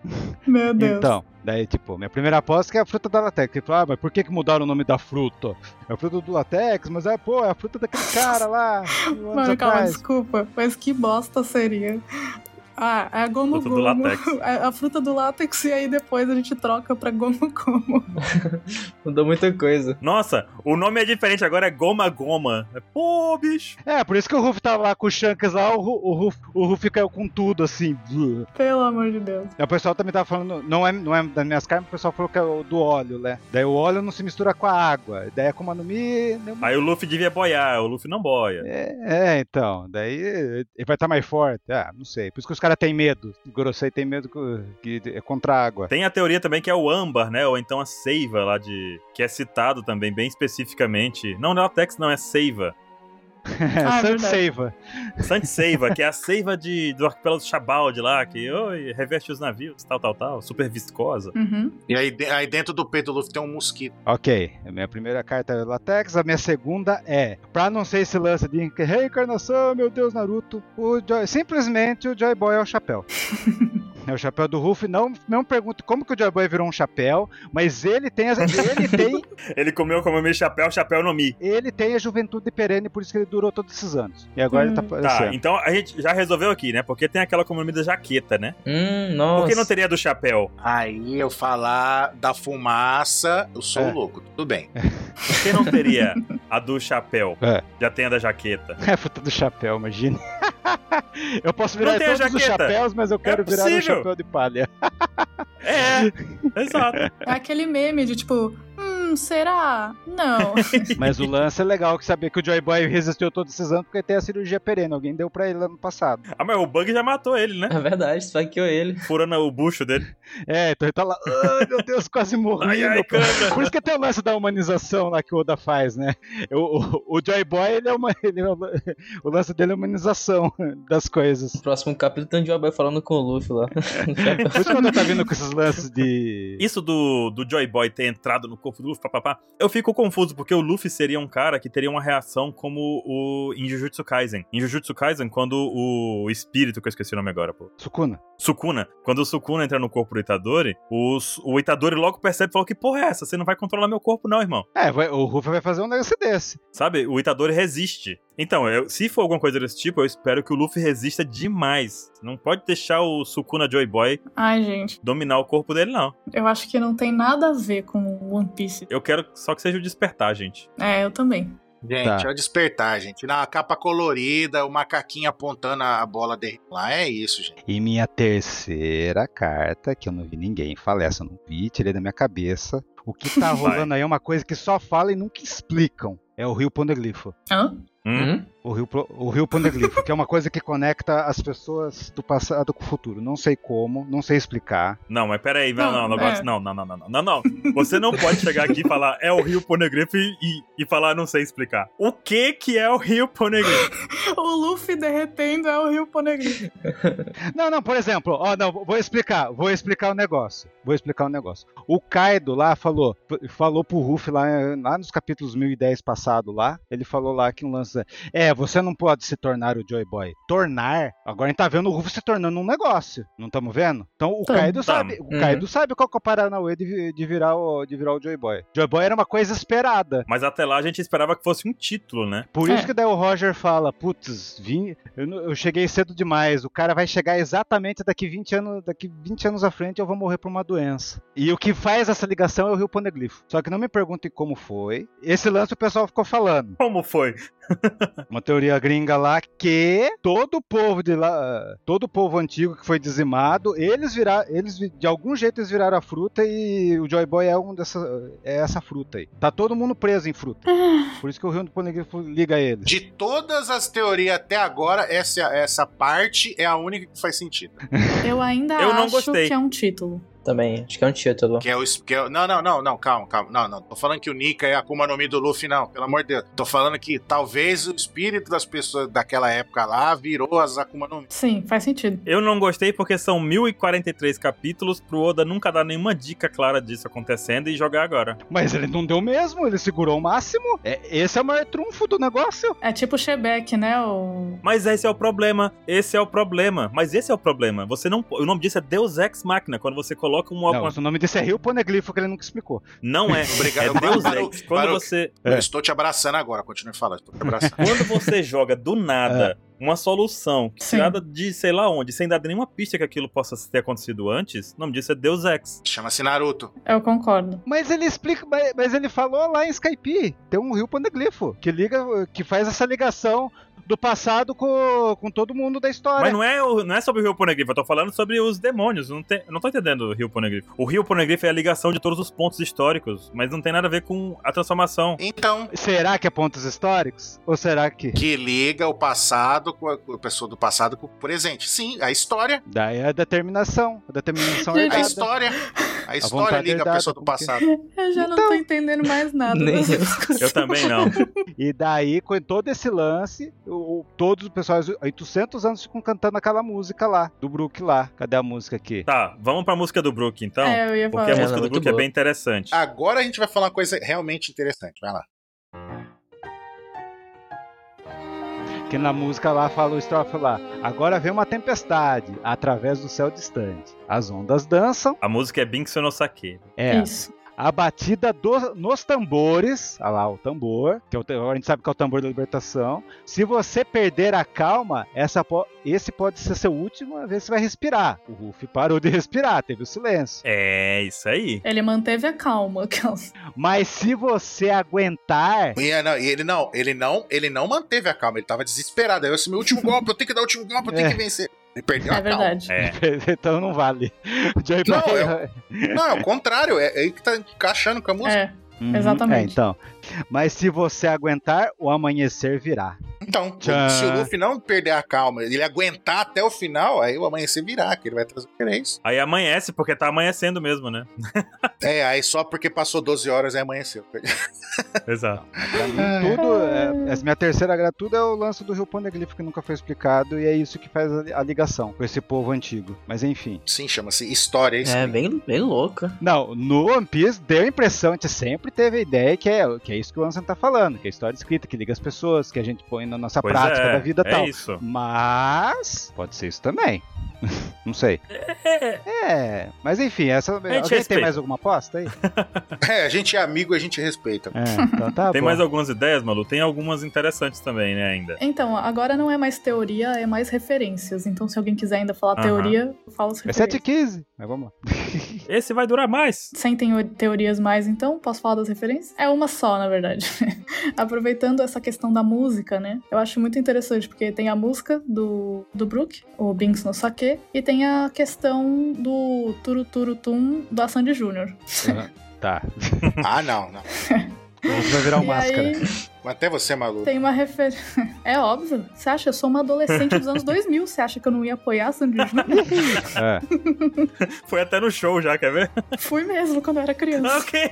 Speaker 2: Meu Deus.
Speaker 5: Então, daí, tipo, minha primeira aposta é que é a fruta da latex. Tipo, ah, mas por que, que mudaram o nome da fruta? É a fruta do latex, mas é, pô, é a fruta daquele cara lá. mil anos
Speaker 2: Mano, calma,
Speaker 5: atrás.
Speaker 2: desculpa. Mas que bosta seria. Ah, é a Gomu
Speaker 1: Fruta do
Speaker 2: Gomu.
Speaker 1: látex.
Speaker 2: É a fruta do látex e aí depois a gente troca pra Gomu Gomu.
Speaker 4: Mudou muita coisa.
Speaker 1: Nossa, o nome é diferente agora, é Goma Goma. É, Pô, bicho.
Speaker 5: É, por isso que o Ruff tava lá com o Shanks lá, o Ru- o Ruff, o Ruff caiu com tudo, assim. Blu.
Speaker 2: Pelo amor de Deus.
Speaker 5: Aí O pessoal também tava falando, não é, não é das minhas carnes, o pessoal falou que é o do óleo, né? Daí o óleo não se mistura com a água. Daí a Akuma no Mi. não-
Speaker 1: Aí o Luffy devia boiar, o Luffy não boia.
Speaker 5: É, é, então. Daí ele vai estar mais forte. Ah, não sei. Por isso que os caras têm medo. O Gorosei tem medo co- que, é contra a água.
Speaker 1: Tem a teoria também que é o âmbar, né? Ou então a seiva lá de. Que é citado também, bem especificamente. Não, não é latex, não, é seiva.
Speaker 2: Ah, é
Speaker 5: Sun
Speaker 2: verdade.
Speaker 5: Seiva.
Speaker 1: Sand Seiva, que é a seiva de, do arquipélago do Chabalde lá, que oi, reveste os navios, tal, tal, tal, super viscosa.
Speaker 2: Uhum.
Speaker 3: E aí, de- aí dentro do peito do Luffy tem um mosquito.
Speaker 5: Ok, a minha primeira carta é Latex, a minha segunda é, pra não ser esse lance de reencarnação, meu Deus, Naruto, o Joy- simplesmente o Joy Boy é o chapéu. É o chapéu do Ruff, não, não pergunto como que o Joy Boy virou um chapéu, mas ele tem, as- ele tem,
Speaker 1: Ele comeu como meu chapéu, chapéu no Mi.
Speaker 5: ele tem a juventude perene, por isso que ele durou todos esses anos. E agora ele tá
Speaker 2: Hum.
Speaker 1: Tá,
Speaker 5: aparecendo.
Speaker 1: então a gente já resolveu aqui, né? Porque tem aquela economia da jaqueta, né?
Speaker 4: Hum, nossa.
Speaker 1: Por que não teria do chapéu?
Speaker 3: Aí eu falar da fumaça, eu sou
Speaker 5: É.
Speaker 3: louco, tudo bem.
Speaker 1: Por que não teria a do chapéu?
Speaker 5: É.
Speaker 1: Já tem a da jaqueta.
Speaker 5: É puta do chapéu, imagina. eu posso virar
Speaker 1: Não tem a
Speaker 5: todos os
Speaker 1: jaqueta. É
Speaker 5: chapéus, mas eu quero virar um
Speaker 1: possível.
Speaker 5: chapéu de palha.
Speaker 1: É, exato.
Speaker 2: É aquele meme de tipo, hum, será? Não.
Speaker 5: Mas o lance é legal que sabia que o Joy Boy resistiu todos esses anos porque tem a cirurgia perene. Alguém deu pra ele ano passado.
Speaker 1: Ah, mas o Bug já matou ele, né?
Speaker 4: É verdade, esfaqueou ele.
Speaker 1: Furando o bucho dele.
Speaker 5: É, então ele tá lá. Ai, meu Deus, quase
Speaker 1: Ai,
Speaker 5: morri.
Speaker 1: ai,
Speaker 5: meu pai."
Speaker 1: cana.
Speaker 5: Por isso que tem o lance da humanização lá que o Oda faz, né? O, o, o Joy Boy, ele é uma. ele é uma- o lance dele é a humanização das coisas.
Speaker 4: No próximo capítulo tem o Joy Boy falando com o Luffy lá.
Speaker 5: Por isso que o Oda tá vindo com esses lances de.
Speaker 1: Isso do, do Joy Boy ter entrado no corpo do Luffy, papapá. Eu fico confuso, porque o Luffy seria um cara que teria uma reação como o em Jujutsu Kaisen. Em Jujutsu Kaisen, quando o espírito, que eu esqueci o nome agora, pô.
Speaker 5: Sukuna.
Speaker 1: Sukuna. Quando o Sukuna entra no corpo do Itadori, o, Su- o Itadori logo percebe e fala: Que porra é essa? Você não vai controlar meu corpo, não, irmão.
Speaker 5: É, vai- o Rufa vai fazer um negócio desse.
Speaker 1: Sabe? O Itadori resiste. Então, eu- se for alguma coisa desse tipo, eu espero que o Luffy resista demais. Não pode deixar o Sukuna Joy Boy
Speaker 2: Ai, gente,
Speaker 1: dominar o corpo dele, não.
Speaker 2: eu acho que não tem nada a ver com One Piece.
Speaker 1: Eu quero só que seja o despertar, gente.
Speaker 2: É, eu também.
Speaker 3: Gente,
Speaker 5: Tá.
Speaker 3: é o despertar, gente. Na capa colorida, o macaquinho apontando a bola dele lá, é isso, gente.
Speaker 5: E minha terceira carta, que eu não vi ninguém falar, essa eu não vi, tirei da minha cabeça. O que tá
Speaker 1: Vai.
Speaker 5: rolando aí é uma coisa que só falam e nunca explicam. É o Rio Pondeglifo.
Speaker 2: Hã?
Speaker 1: Hum?
Speaker 4: Hum?
Speaker 5: O Rio, Pro- o Rio Pondeglifo, que é uma coisa que conecta as pessoas do passado com o futuro. Não sei como, não sei explicar.
Speaker 1: Não, mas peraí, não, não,
Speaker 2: Não,
Speaker 1: não,
Speaker 2: é.
Speaker 1: gosto- não, não, não, não, não, não, não. Você não pode chegar aqui e falar é o Rio Ponegrife e, e falar não sei explicar. O que que é o Rio Ponegrife?
Speaker 2: O Luffy derretendo é o Rio Poneglyph.
Speaker 5: Não, não, por exemplo, ó, não, vou explicar, vou explicar o negócio. Vou explicar o negócio. O Kaido lá falou, falou pro Ruff lá, lá nos capítulos 1010 passado lá, ele falou lá que um lance é, é, você não pode se tornar o Joy Boy. Tornar? Agora a gente tá vendo o Ruff se tornando um negócio, não estamos vendo? Então o
Speaker 2: Tamo.
Speaker 5: Kaido sabe, o
Speaker 4: Uhum.
Speaker 5: Kaido sabe qual que é o Paranauê de, vi- de virar o, de virar o Joy Boy. Joy Boy era uma coisa esperada.
Speaker 1: Mas até lá a gente esperava que fosse um título, né?
Speaker 5: Por
Speaker 2: É.
Speaker 5: isso que daí o Roger fala, putz, vim, eu, não- eu cheguei cedo demais, o cara vai chegar exatamente daqui 20 anos, daqui 20 anos à frente eu vou morrer por uma doença. E o que faz essa ligação é o Rio Pondeglifo. Só que não me perguntem como foi. Esse lance o pessoal ficou falando.
Speaker 1: Como foi?
Speaker 5: Uma teoria gringa lá que todo o povo de lá, todo o povo antigo que foi dizimado, eles viraram, eles vi- de algum jeito eles viraram a fruta e o Joy Boy é um dessa é essa fruta aí. Tá todo mundo preso em fruta. Por isso que o Rio Pondeglifo liga eles.
Speaker 3: De todas as teorias até agora, essa, essa parte é a única que faz sentido.
Speaker 2: Eu ainda
Speaker 1: Eu não
Speaker 2: acho
Speaker 1: gostei.
Speaker 2: que é um título.
Speaker 4: Também, acho que é um título.
Speaker 3: Que é o, es- que é o- não, não, não, não, calma, calma. Não, não. Tô falando que o Nika é a Akuma no Mi do Luffy, não. Pelo amor de Deus. Tô falando que talvez o espírito das pessoas daquela época lá virou as Akuma no Mi.
Speaker 2: Sim, faz sentido.
Speaker 1: Eu não gostei porque são 1043 capítulos pro Oda nunca dar nenhuma dica clara disso acontecendo e jogar agora.
Speaker 5: Mas ele não deu mesmo, ele segurou o máximo. É, esse é o maior trunfo do negócio.
Speaker 2: É tipo o Shebeck, né? O...
Speaker 1: Mas esse é o problema, esse é o problema, mas esse é o problema. Você não, o nome disso é Deus Ex Machina, quando você coloca uma,
Speaker 5: Não,
Speaker 1: uma-
Speaker 5: mas o nome desse é Rio Poneglifo, que ele nunca explicou.
Speaker 1: não é,
Speaker 3: Obrigado.
Speaker 1: é Deus
Speaker 3: Baruch,
Speaker 1: Ex. Quando
Speaker 3: Baruch.
Speaker 1: você
Speaker 5: É.
Speaker 3: Eu estou te abraçando agora, continue falando. Estou te abraçando.
Speaker 1: Quando você joga do nada uma solução que
Speaker 2: É. Sim.
Speaker 1: tirada de sei lá onde, sem dar nenhuma pista que aquilo possa ter acontecido antes, o nome disso é Deus Ex.
Speaker 3: Chama-se Naruto.
Speaker 2: Eu concordo.
Speaker 5: Mas ele explica, mas, mas ele falou lá em Skype, tem um Rio Poneglifo, que liga, que faz essa ligação do passado com, com todo mundo da história.
Speaker 1: Mas não é, o- não é sobre o Rio Poneglyph, eu tô falando sobre os demônios. Não, tem, eu não tô entendendo o Rio Poneglyph. O Rio Poneglyph é a ligação de todos os pontos históricos, mas não tem nada a ver com a transformação.
Speaker 3: Então,
Speaker 5: Será que é pontos históricos? Ou será que.
Speaker 3: que liga o passado com a, com a pessoa do passado com o presente. Sim, a história.
Speaker 5: Daí é a determinação. A determinação é
Speaker 2: Gente,
Speaker 3: A
Speaker 2: Nada.
Speaker 3: história. A história
Speaker 5: vontade
Speaker 3: liga a
Speaker 5: herdada,
Speaker 3: pessoa do
Speaker 5: como que é?
Speaker 3: passado.
Speaker 2: Eu já não tô entendendo mais nada.
Speaker 4: Então, Nem
Speaker 2: dessa
Speaker 4: eu.
Speaker 2: discussão.
Speaker 1: Eu também não.
Speaker 5: E daí, com todo esse lance, o, o- todos os pessoal, 800 anos ficam cantando aquela música lá, do Brook lá. Cadê a música aqui?
Speaker 1: Tá, vamos pra música do Brook então.
Speaker 2: É, Ah. eu ia falar.
Speaker 1: Porque a
Speaker 4: Ela é
Speaker 1: música do
Speaker 4: muito
Speaker 1: Brook é
Speaker 4: boa.
Speaker 1: bem interessante.
Speaker 3: Agora a gente vai falar uma coisa realmente interessante. Vai lá.
Speaker 5: Que na música lá fala o estrofe lá. Agora vem uma tempestade através do céu distante. As ondas dançam.
Speaker 1: A música é Binksy no Sake.
Speaker 5: É.
Speaker 2: Isso.
Speaker 5: A batida do- nos tambores. Olha lá o tambor. Que é o te- agora a gente sabe que é o tambor da libertação. Se você perder a calma, essa po- esse pode ser seu último vez que você vai respirar. O Ruff parou de respirar, teve o silêncio.
Speaker 1: É, isso aí.
Speaker 2: Ele manteve a calma. é um- aquela-
Speaker 5: Mas se você aguentar.
Speaker 3: E é, não, e ele não, ele não, ele não manteve a calma, ele tava desesperado. Aí eu disse, meu último golpe, eu tenho que dar o último golpe, eu tenho que vencer. Ele perdeu
Speaker 2: É
Speaker 3: a calma.
Speaker 2: verdade.
Speaker 1: É.
Speaker 5: então não vale. O Joey
Speaker 3: Não,
Speaker 5: Boy-
Speaker 3: Não, é o contrário, é, é aí que tá encaixando com a música.
Speaker 2: É,
Speaker 5: Uhum,
Speaker 2: exatamente.
Speaker 5: é, então. Mas se você aguentar, o amanhecer virá.
Speaker 3: Então,
Speaker 5: Tchan.
Speaker 3: se o Luffy não perder a calma, ele aguentar até o final, aí o amanhecer virar, que ele vai trazer o que é isso.
Speaker 1: Aí amanhece, porque tá amanhecendo mesmo, né?
Speaker 3: É, aí só porque passou 12 horas aí amanheceu.
Speaker 1: Exato.
Speaker 5: Pra mim,
Speaker 3: Ah.
Speaker 5: tudo. é- essa minha terceira gratuita é o lance do Rio Poneglyph que nunca foi explicado. E é isso que faz a, a ligação com esse povo antigo. Mas enfim.
Speaker 3: Sim, chama-se história, é isso.
Speaker 4: É, bem, bem louca.
Speaker 5: Não, no One Piece deu a impressão, a gente sempre teve a ideia que é, que é isso que o Anson tá falando, que é história escrita, que liga as pessoas, que a gente põe na nossa
Speaker 1: Pois
Speaker 5: prática
Speaker 1: é,
Speaker 5: da vida
Speaker 1: é
Speaker 5: tal.
Speaker 1: isso.
Speaker 5: Mas pode ser isso também. Não sei.
Speaker 1: É,
Speaker 5: É, mas enfim, essa alguém
Speaker 1: respeita.
Speaker 5: tem mais alguma aposta aí?
Speaker 3: É, a gente é amigo, a gente respeita.
Speaker 5: É, então tá
Speaker 1: tem
Speaker 5: bom.
Speaker 1: mais algumas ideias, Malu? Tem algumas interessantes também, né, ainda.
Speaker 2: Então, agora não é mais teoria, é mais referências. Então, se alguém quiser ainda falar
Speaker 1: Aham.
Speaker 2: teoria, eu falo as
Speaker 5: É
Speaker 2: referências.
Speaker 5: 7 e 15, mas vamos lá.
Speaker 1: Esse vai durar mais.
Speaker 2: Sem teo- teorias mais, então, posso falar das referências? É uma só, na verdade. Aproveitando essa questão da música, né? Eu acho muito interessante, porque tem a música do, do Brook, o Binks no Sake, e tem a questão do Turu Turu Tum da Sandy Júnior.
Speaker 5: Tá,
Speaker 3: Ah, não, não.
Speaker 5: você vai virar um
Speaker 2: e
Speaker 5: máscara.
Speaker 2: aí
Speaker 3: Até você, maluco.
Speaker 2: tem uma referência. É óbvio. Você acha? Eu sou uma adolescente dos anos 2000. Você acha que eu não ia apoiar a Sandy Júnior?
Speaker 5: É.
Speaker 1: Foi até no show já, quer ver?
Speaker 2: Fui mesmo quando eu era criança.
Speaker 1: ok.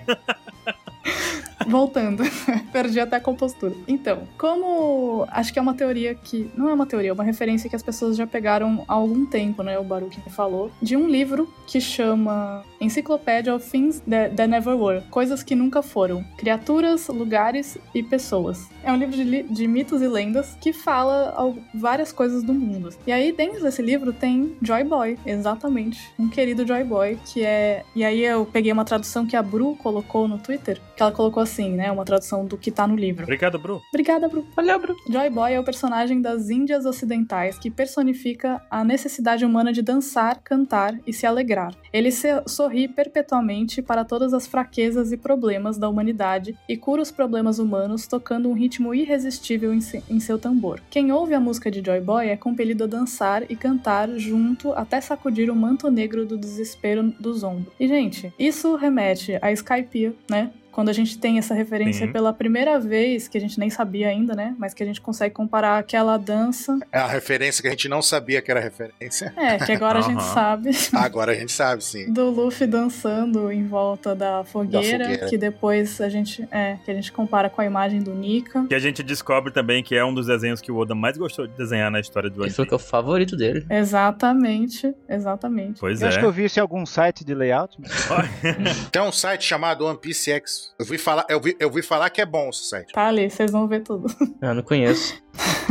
Speaker 2: Voltando, perdi até a compostura. Então, como acho que é uma teoria que. Não é uma teoria, é uma referência que as pessoas já pegaram há algum tempo, né? O Baruch me falou, de um livro que chama Encyclopedia of Things That, That Never Were Coisas que Nunca Foram: Criaturas, Lugares e Pessoas. É um livro de, li- de mitos e lendas que fala al- várias coisas do mundo. E aí, dentro desse livro, tem Joy Boy, exatamente. Um querido Joy Boy, que é. E aí, eu peguei uma tradução que a Bru colocou no Twitter, que ela colocou assim, né? Uma tradução do que tá no livro.
Speaker 1: Obrigado, Bru.
Speaker 2: Obrigada, Bru. Valeu, Bru. Joy Boy é o personagem das Índias Ocidentais que personifica a necessidade humana de dançar, cantar e se alegrar. Ele se- sorri perpetuamente para todas as fraquezas e problemas da humanidade e cura os problemas humanos tocando um ritmo irresistível em, se- em seu tambor. Quem ouve a música de Joy Boy é compelido a dançar e cantar junto até sacudir o manto negro do desespero dos ombros. E, gente, isso remete a Skypiea, né? Quando a gente tem essa referência
Speaker 1: Sim.
Speaker 2: pela primeira vez, que a gente nem sabia ainda, né? Mas que a gente consegue comparar aquela dança.
Speaker 3: É uma referência que a gente não sabia que era referência.
Speaker 2: É, que agora a gente
Speaker 1: Aham.
Speaker 2: sabe.
Speaker 3: Agora a gente sabe, sim.
Speaker 2: Do Luffy dançando em volta da fogueira,
Speaker 3: fogueira.
Speaker 2: que depois a gente. É, que a gente compara com a imagem do Nika.
Speaker 1: Que a gente descobre também que é um dos desenhos que o Oda mais gostou de desenhar na história do
Speaker 4: Ele
Speaker 1: anime.
Speaker 4: falou que é o favorito dele.
Speaker 2: Exatamente, exatamente.
Speaker 1: Pois
Speaker 5: Eu acho
Speaker 1: é.
Speaker 5: que eu vi isso em algum site de layout.
Speaker 3: Tem um site chamado One Piece X. Eu vi falar, eu vi, eu vi falar que é bom esse site.
Speaker 2: Tá ali, vocês vão ver tudo.
Speaker 4: Ah, não conheço.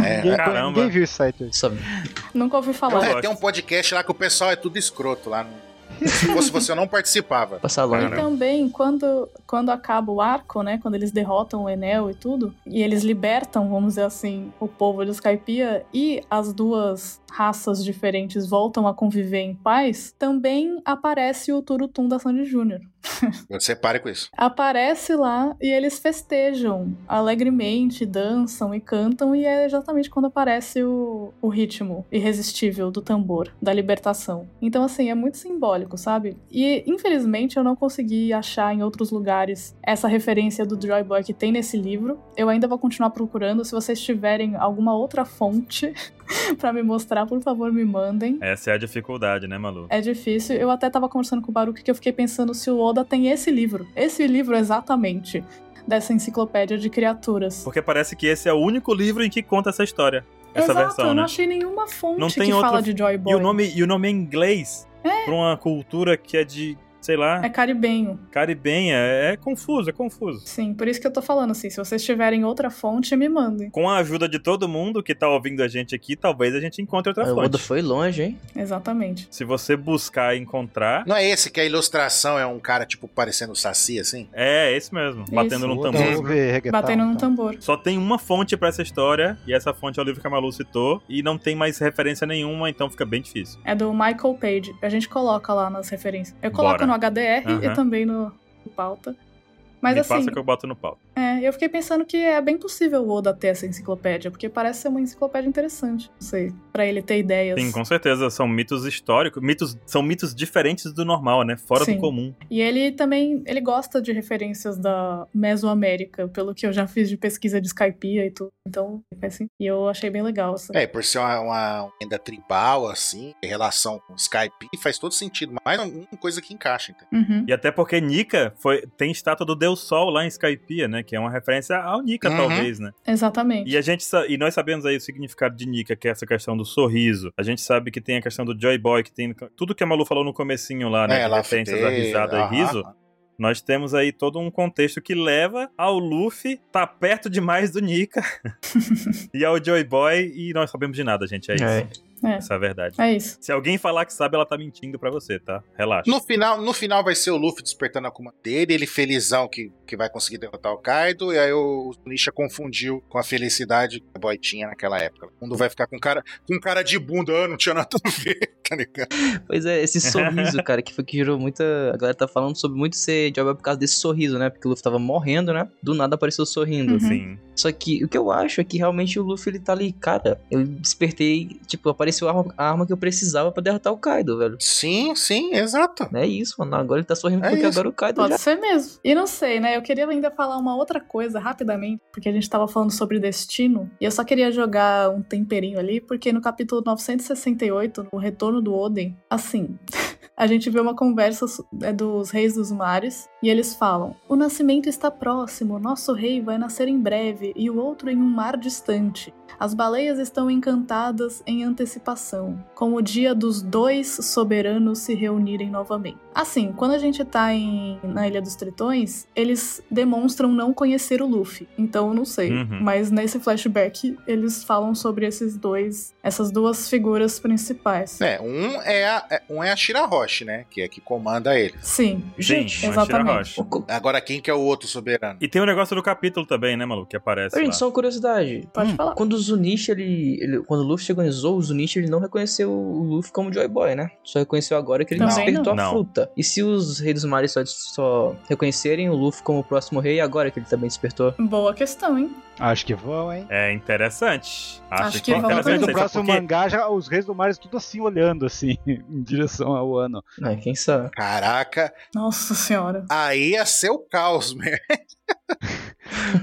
Speaker 3: É.
Speaker 5: Ninguém,
Speaker 1: Caramba.
Speaker 5: ninguém viu esse site. aí.
Speaker 4: Só
Speaker 2: Nunca ouvi
Speaker 1: Eu
Speaker 2: falar.
Speaker 1: gosto.
Speaker 3: É, tem um podcast lá que o pessoal é tudo escroto lá. Se fosse você, eu não participava.
Speaker 4: passar
Speaker 2: E
Speaker 4: longe.
Speaker 3: Caramba.
Speaker 2: também, quando, quando acaba o arco, né? Quando eles derrotam o Enel e tudo, e eles libertam, vamos dizer assim, o povo de Skypiea e as duas raças diferentes voltam a conviver em paz, também aparece o Turutum da Sandy Júnior.
Speaker 3: Você pare com isso.
Speaker 2: Aparece lá e eles festejam alegremente, dançam e cantam, e é exatamente quando aparece o, o ritmo irresistível do tambor, da libertação. Então, assim, é muito simbólico, sabe? E infelizmente eu não consegui achar em outros lugares essa referência do Joy Boy que tem nesse livro. Eu ainda vou continuar procurando. Se vocês tiverem alguma outra fonte pra me mostrar, por favor, me mandem.
Speaker 1: Essa é a dificuldade, né, Malu?
Speaker 2: É difícil. Eu até tava conversando com o Baruch que eu fiquei pensando se o Oda tem esse livro. Esse livro exatamente. Dessa enciclopédia de criaturas.
Speaker 1: Porque parece que esse é o único livro em que conta essa história. Essa
Speaker 2: Exato,
Speaker 1: versão,
Speaker 2: eu não
Speaker 1: né?
Speaker 2: achei nenhuma fonte
Speaker 1: Não tem
Speaker 2: que
Speaker 1: outra-
Speaker 2: fala de Joy Boy.
Speaker 1: E o nome, e o nome é inglês pra uma cultura que é de, sei lá,
Speaker 2: É caribenho,
Speaker 1: caribenha. É confuso, é confuso.
Speaker 2: sim. Por isso que eu tô falando assim, se vocês tiverem outra fonte, me mandem.
Speaker 1: Com a ajuda de todo mundo que tá ouvindo a gente aqui, talvez a gente encontre outra
Speaker 4: Ah, O Oda
Speaker 1: fonte.
Speaker 4: foi longe, hein?
Speaker 2: Exatamente.
Speaker 1: Se você buscar e encontrar,
Speaker 3: Não é esse que a ilustração é um cara, tipo, parecendo um saci, assim?
Speaker 1: é esse mesmo, batendo num
Speaker 5: Outra,
Speaker 1: tambor.
Speaker 5: vamos um ver reggaeton,
Speaker 2: Batendo num
Speaker 5: então.
Speaker 2: tambor.
Speaker 1: Só tem uma fonte pra essa história, e essa fonte é o livro que a Malu citou, e não tem mais referência nenhuma, então fica bem difícil.
Speaker 2: É do Michael Page. A gente coloca lá nas referências. Eu coloco
Speaker 1: Bora.
Speaker 2: no HDR
Speaker 1: Aham.
Speaker 2: e também no, no pauta. Mas
Speaker 1: Me
Speaker 2: assim,
Speaker 1: passa que eu boto no pau.
Speaker 2: é, eu fiquei pensando que é bem possível o Oda ter essa enciclopédia, porque parece ser uma enciclopédia interessante. Não sei, pra ele ter ideias.
Speaker 1: Sim, com certeza, são mitos históricos, mitos, são mitos diferentes do normal, né? Fora
Speaker 2: Sim.
Speaker 1: do comum.
Speaker 2: E ele também, ele gosta de referências da Mesoamérica, pelo que eu já fiz de pesquisa de Skypeia e tudo. Então, é assim. E eu achei bem legal essa.
Speaker 3: É, por ser uma, uma lenda tribal, assim, em relação com Skype, faz todo sentido. Mas é uma coisa que encaixa, entendeu?
Speaker 2: Uhum.
Speaker 1: E até porque Nika foi, tem estátua do Deus Sol lá em Skypiea, né? Que é uma referência ao Nika,
Speaker 3: Uhum.
Speaker 1: talvez, né?
Speaker 2: Exatamente.
Speaker 1: E a gente sa- e nós sabemos aí o significado de Nika, que é essa questão do sorriso. A gente sabe que tem a questão do Joy Boy, que tem tudo que a Malu falou no comecinho lá, né?
Speaker 3: É,
Speaker 1: de
Speaker 3: ela
Speaker 1: referências à
Speaker 3: fez-
Speaker 1: risada
Speaker 3: aham.
Speaker 1: e riso. Nós temos aí todo um contexto que leva ao Luffy tá perto demais do Nika e ao Joy Boy e nós sabemos de nada, gente, é isso.
Speaker 4: É.
Speaker 2: É.
Speaker 1: Essa é a verdade.
Speaker 2: É isso.
Speaker 1: Se alguém falar que sabe, ela tá mentindo pra você, tá? Relaxa.
Speaker 3: No final, no final vai ser o Luffy despertando a Akuma dele, ele felizão que, que vai conseguir derrotar o Kaido, e aí o, o Nisha confundiu com a felicidade que o boy tinha naquela época. O mundo vai ficar com cara, com cara de bunda, ah, não tinha nada a ver, tá ligado?
Speaker 4: Pois é, esse sorriso, cara, que foi que gerou muita. A galera tá falando sobre muito ser Joy Boy por causa desse sorriso, né? Porque o Luffy tava morrendo, né? Do nada apareceu sorrindo.
Speaker 2: Uhum.
Speaker 1: Sim.
Speaker 4: Só que o que eu acho é que realmente o Luffy ele tá ali, cara. Eu despertei, tipo, apareceu a arma, a arma que eu precisava pra derrotar o Kaido, velho.
Speaker 3: Sim, sim, exato.
Speaker 4: É isso, mano. Agora ele tá sorrindo
Speaker 3: É
Speaker 4: porque
Speaker 3: isso.
Speaker 4: agora o Kaido
Speaker 2: Pode
Speaker 4: já.
Speaker 2: ser mesmo. E não sei, né? Eu queria ainda falar uma outra coisa rapidamente, porque a gente tava falando sobre destino, e eu só queria jogar um temperinho ali, porque no capítulo 968, no Retorno do Oden, assim, a gente vê uma conversa so- é, dos reis dos mares, e eles falam: O nascimento está próximo, nosso rei vai nascer em breve, e o outro em um mar distante. As baleias estão encantadas em antecipação, com o dia dos dois soberanos se reunirem novamente. Assim, quando a gente tá em, na Ilha dos Tritões, eles demonstram não conhecer o Luffy. Então, eu não sei.
Speaker 1: Uhum.
Speaker 2: Mas nesse flashback, eles falam sobre esses dois, essas duas figuras principais.
Speaker 3: É, um é a, é- um é a Shirahoshi, né? Que é que comanda ele.
Speaker 2: Sim,
Speaker 4: Gente,
Speaker 1: Sim, mas tira a
Speaker 2: exatamente.
Speaker 1: rocha.
Speaker 4: Co-
Speaker 3: Agora quem que é o outro soberano?
Speaker 1: E tem um negócio do capítulo também, né, Malu? Que aparece lá.
Speaker 4: Gente, só uma curiosidade.
Speaker 2: pode
Speaker 5: Hum,
Speaker 2: falar.
Speaker 4: Quando o Zunichi, ele, ele- Quando o Luffy chegou em Zou, o Zunichi ele não reconheceu o Luffy como Joy Boy, né? Só reconheceu agora que ele
Speaker 2: Também
Speaker 4: despertou
Speaker 1: não.
Speaker 4: a
Speaker 1: Não.
Speaker 4: fruta. E se os reis dos mares só, só reconhecerem o Luffy como o próximo rei, agora que ele também despertou?
Speaker 2: Boa questão, hein?
Speaker 5: Acho que vão, hein?
Speaker 1: É interessante. Acho,
Speaker 2: Acho
Speaker 1: que é
Speaker 2: que vão
Speaker 1: interessante.
Speaker 5: Talvez
Speaker 2: Mas
Speaker 5: no
Speaker 1: Só
Speaker 5: próximo
Speaker 1: porque-
Speaker 5: mangá já os reis do mar tudo assim olhando assim em direção ao ano.
Speaker 4: Ah, quem sabe?
Speaker 3: Caraca,
Speaker 2: Nossa senhora.
Speaker 3: aí ia ser o caos, né?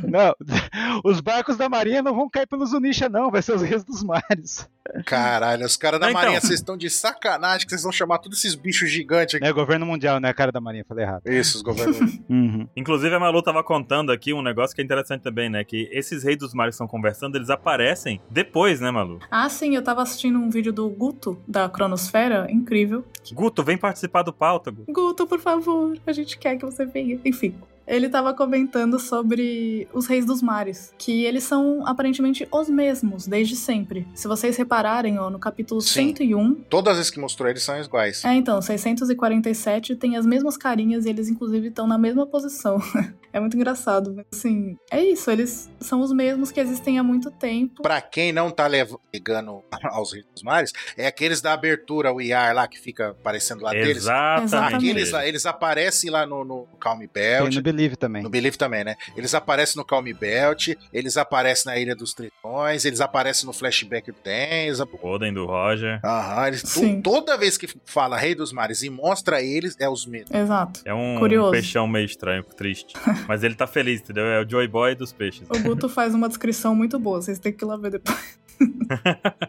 Speaker 5: Não, os barcos da marinha não vão cair pelos Unisha não, vai ser os reis dos mares.
Speaker 3: Caralho, os caras da
Speaker 1: Ah, então.
Speaker 3: marinha, vocês estão de sacanagem que vocês vão chamar todos esses bichos gigantes aqui.
Speaker 5: É governo mundial, né, cara da marinha, falei errado.
Speaker 3: Isso, os governos.
Speaker 5: Uhum.
Speaker 1: Inclusive, a Malu tava contando aqui um negócio que é interessante também, né? Que esses reis dos mares que estão conversando, eles aparecem depois, né, Malu?
Speaker 2: Ah, sim, eu tava assistindo um vídeo do Guto, da Cronosfera, incrível.
Speaker 1: Guto, vem participar do pauta, Guto.
Speaker 2: Guto, por favor, a gente quer que você venha. Enfim. ele tava comentando sobre os reis dos mares, que eles são aparentemente os mesmos desde sempre. Se vocês repararem, ó, no capítulo
Speaker 3: Sim.
Speaker 2: 101,
Speaker 3: Todas as que mostrou eles são iguais.
Speaker 2: é então, 647 tem as mesmas carinhas e eles inclusive estão na mesma posição. é muito engraçado, mas assim, é isso, eles são os mesmos que existem há muito tempo.
Speaker 3: Pra quem não tá lev- ligando aos Reis dos Mares, é aqueles da abertura, o IAR lá que fica aparecendo lá Ah, deles.
Speaker 1: Exatamente.
Speaker 2: Exatamente.
Speaker 3: Aqueles lá, eles aparecem lá no, no Calm
Speaker 1: É
Speaker 3: Belt.
Speaker 5: Tem no Believe também.
Speaker 3: No Belief também, né? Eles aparecem no Calm Belt, eles aparecem na Ilha dos Tritões, eles aparecem no Flashback do Ten, eles ap-
Speaker 1: O Oden do Roger.
Speaker 3: Aham, eles, tu-
Speaker 2: Sim.
Speaker 3: toda vez que fala Rei dos Mares e mostra eles, é os mesmos.
Speaker 2: Exato.
Speaker 1: É um
Speaker 2: Curioso.
Speaker 1: peixão meio estranho, triste. Mas ele tá feliz, entendeu? É o Joy Boy dos peixes.
Speaker 2: O Guto faz uma descrição muito boa, vocês têm que ir lá ver depois.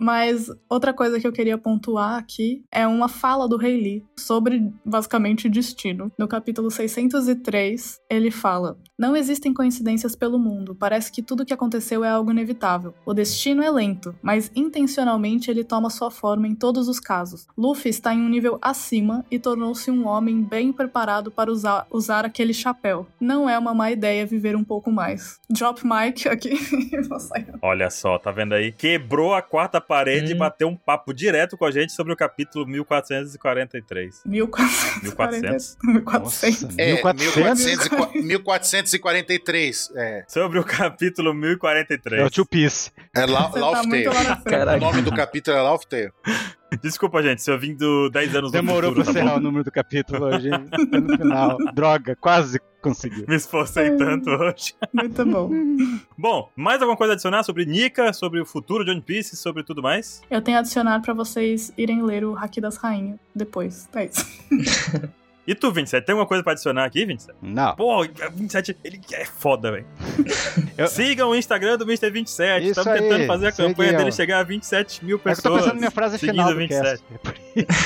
Speaker 2: Mas outra coisa que eu queria pontuar aqui é uma fala do Rei Lee sobre basicamente destino. No capítulo 603, ele fala: Não existem coincidências pelo mundo, parece que tudo o que aconteceu é algo inevitável. O destino é lento, mas intencionalmente ele toma sua forma em todos os casos. Luffy está em um nível acima e tornou-se um homem bem preparado para usar, usar aquele chapéu. Não é uma má ideia viver um pouco mais. Drop mic aqui. Vou sair.
Speaker 1: Olha só, tá vendo aí? Quebrou a quarta parede e
Speaker 4: Hum.
Speaker 1: bateu um papo direto com a gente sobre o capítulo 1443.
Speaker 2: 1400.
Speaker 1: 1400.
Speaker 2: 1400.
Speaker 5: Nossa,
Speaker 3: É,
Speaker 5: 1400?
Speaker 3: 1400 1443. É,
Speaker 1: Sobre o capítulo
Speaker 5: É o
Speaker 1: 1043.
Speaker 5: Two Piece.
Speaker 3: é La
Speaker 2: Você tá
Speaker 3: Laugh
Speaker 2: muito lá
Speaker 3: Tale.
Speaker 2: na frente.
Speaker 3: O
Speaker 4: Caraca.
Speaker 3: nome do capítulo é Laugh Tale.
Speaker 1: Desculpa, gente, se eu vim do 10 anos
Speaker 5: Demorou
Speaker 1: no futuro,
Speaker 5: pra
Speaker 1: tá
Speaker 5: encerrar
Speaker 1: bom?
Speaker 5: o número do capítulo hoje. hein? Tá no final. Droga, quase conseguiu.
Speaker 1: Me esforcei tanto hoje.
Speaker 2: Muito bom.
Speaker 1: Bom, mais alguma coisa a adicionar sobre Nika, sobre o futuro de One Piece, sobre tudo mais?
Speaker 2: Eu tenho a adicionar pra vocês irem ler o Haki das Rainhas depois. Tá isso.
Speaker 1: E tu, 27, tem alguma coisa pra adicionar aqui, 27?
Speaker 5: Não. É
Speaker 1: Pô, 27, ele é foda, velho.
Speaker 5: Eu-
Speaker 1: Sigam o Instagram do Mr. 27.
Speaker 5: Isso
Speaker 1: Estamos
Speaker 5: aí,
Speaker 1: tentando fazer a
Speaker 5: sigam.
Speaker 1: campanha dele chegar a 27 mil
Speaker 5: É que eu tô
Speaker 1: pessoas.
Speaker 5: pensando na minha frase
Speaker 1: seguindo
Speaker 5: final do
Speaker 1: 27.
Speaker 5: cast. né?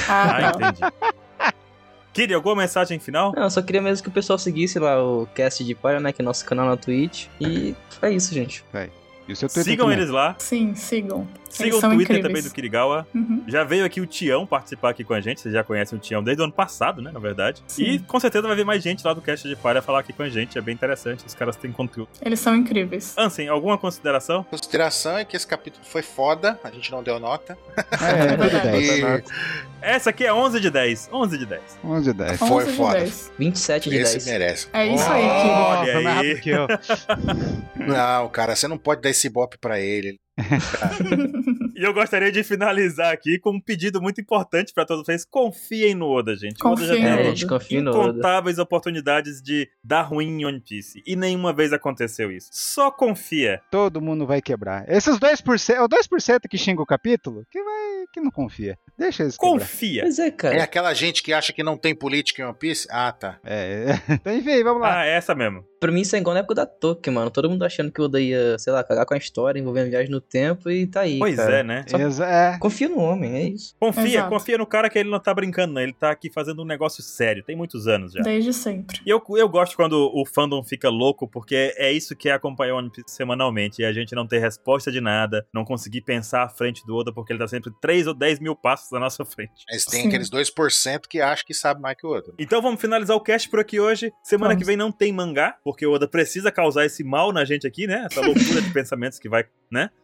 Speaker 1: Ah,
Speaker 2: Ah, tá.
Speaker 1: entendi. Kiri, alguma mensagem final?
Speaker 4: Não, eu só queria mesmo que o pessoal seguisse lá o cast de palha, né? Que é nosso canal na Twitch. E é isso, gente.
Speaker 5: E o seu Twitter
Speaker 1: Sigam
Speaker 5: também.
Speaker 1: eles lá.
Speaker 2: Sim, sigam.
Speaker 1: Sigam o
Speaker 2: são
Speaker 1: Twitter
Speaker 2: incríveis.
Speaker 1: também do Kirigawa.
Speaker 2: Uhum.
Speaker 1: Já veio aqui o Tião participar aqui com a gente. Vocês já conhecem o Tião desde o ano passado, né? Na verdade.
Speaker 2: Sim.
Speaker 1: E com certeza vai vir mais gente lá do Cast de Palha falar aqui com a gente. É bem interessante. Os caras têm conteúdo.
Speaker 2: Eles são incríveis.
Speaker 1: Ansem, alguma consideração?
Speaker 3: Consideração é que esse capítulo foi foda, a gente não deu nota.
Speaker 5: É, tudo bem.
Speaker 3: E
Speaker 1: Essa aqui é 11 de 11, 11 de 10.
Speaker 5: 11 e
Speaker 1: Ah,
Speaker 5: 10.
Speaker 3: foi
Speaker 2: 11 de
Speaker 3: foda.
Speaker 2: 10.
Speaker 4: 27 de
Speaker 3: esse
Speaker 4: 10.
Speaker 3: merece. Oh.
Speaker 2: É isso aí, Kiri.
Speaker 1: Olha
Speaker 5: Foi mais
Speaker 1: aí.
Speaker 5: rápido que eu.
Speaker 3: Não, cara, você não pode dar esse bop pra ele.
Speaker 1: E eu gostaria de finalizar aqui com um pedido muito importante pra todos vocês. Confiem no Oda, gente. O Oda
Speaker 2: Confiem
Speaker 1: já
Speaker 2: no
Speaker 4: É,
Speaker 1: tem um
Speaker 2: Oda.
Speaker 4: gente, confio no Oda.
Speaker 1: incontáveis oportunidades de dar ruim em One Piece. E nenhuma vez aconteceu isso. Só confia.
Speaker 5: Todo mundo vai quebrar. Esses 2%, é o 2% que xinga o capítulo, que vai, que não confia. Deixa eles quebrar.
Speaker 1: Confia.
Speaker 4: Pois é,
Speaker 3: É
Speaker 4: cara.
Speaker 3: aquela gente que acha que não tem política em One Piece? Ah, tá.
Speaker 5: É, é. Então, enfim, vamos lá.
Speaker 1: Ah, é essa mesmo.
Speaker 4: Pra mim isso é igual na época da Tolkien, mano. Todo mundo achando que o Oda ia, sei lá, cagar com a história envolvendo viagem no tempo e tá aí.
Speaker 1: Pois
Speaker 4: cara.
Speaker 1: é, né?
Speaker 4: só-
Speaker 5: Exa- é.
Speaker 4: Confia no homem, é isso.
Speaker 1: Confia,
Speaker 2: Exato.
Speaker 1: confia no cara que ele não tá brincando, não. Ele tá aqui fazendo um negócio sério. Tem muitos anos já.
Speaker 2: Desde sempre.
Speaker 1: E eu, eu gosto quando o fandom fica louco, porque é isso que é acompanhar One Piece semanalmente. E a gente não ter resposta de nada, não conseguir pensar à frente do Oda, porque ele tá sempre 3 ou 10 mil passos na nossa frente.
Speaker 3: Mas tem
Speaker 2: Sim.
Speaker 3: aqueles 2% que acha que sabe mais que o outro.
Speaker 1: Então vamos finalizar o cast por aqui hoje. Semana
Speaker 2: Vamos.
Speaker 1: que vem não tem mangá, porque o Oda precisa causar esse mal na gente aqui, né? Essa loucura de pensamentos que vai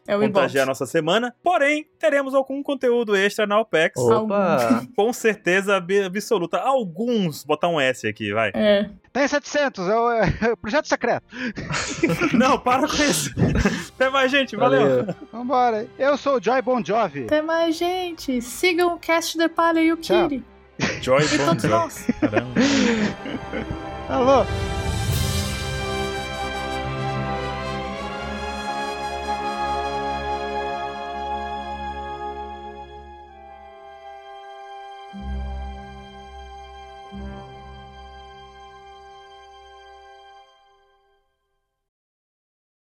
Speaker 2: É o Ibope.
Speaker 1: contagiar a nossa semana. Porém, teremos algum conteúdo extra na OPEX.
Speaker 4: Opa!
Speaker 1: Com certeza ab- absoluta. Alguns, botar um S aqui, vai.
Speaker 2: É.
Speaker 5: Tem 700, é o, é o projeto secreto.
Speaker 1: Não, para com isso. Até mais, gente. Valeu.
Speaker 5: Vambora. Eu sou o Joy Bon Jovi.
Speaker 2: Até mais, gente. Sigam o Cast de Palha e o
Speaker 5: Tchau.
Speaker 2: Kiri.
Speaker 1: Joy
Speaker 2: E
Speaker 1: Bon
Speaker 2: todos
Speaker 1: Jovi.
Speaker 2: nós.
Speaker 1: Caramba.
Speaker 5: Alô.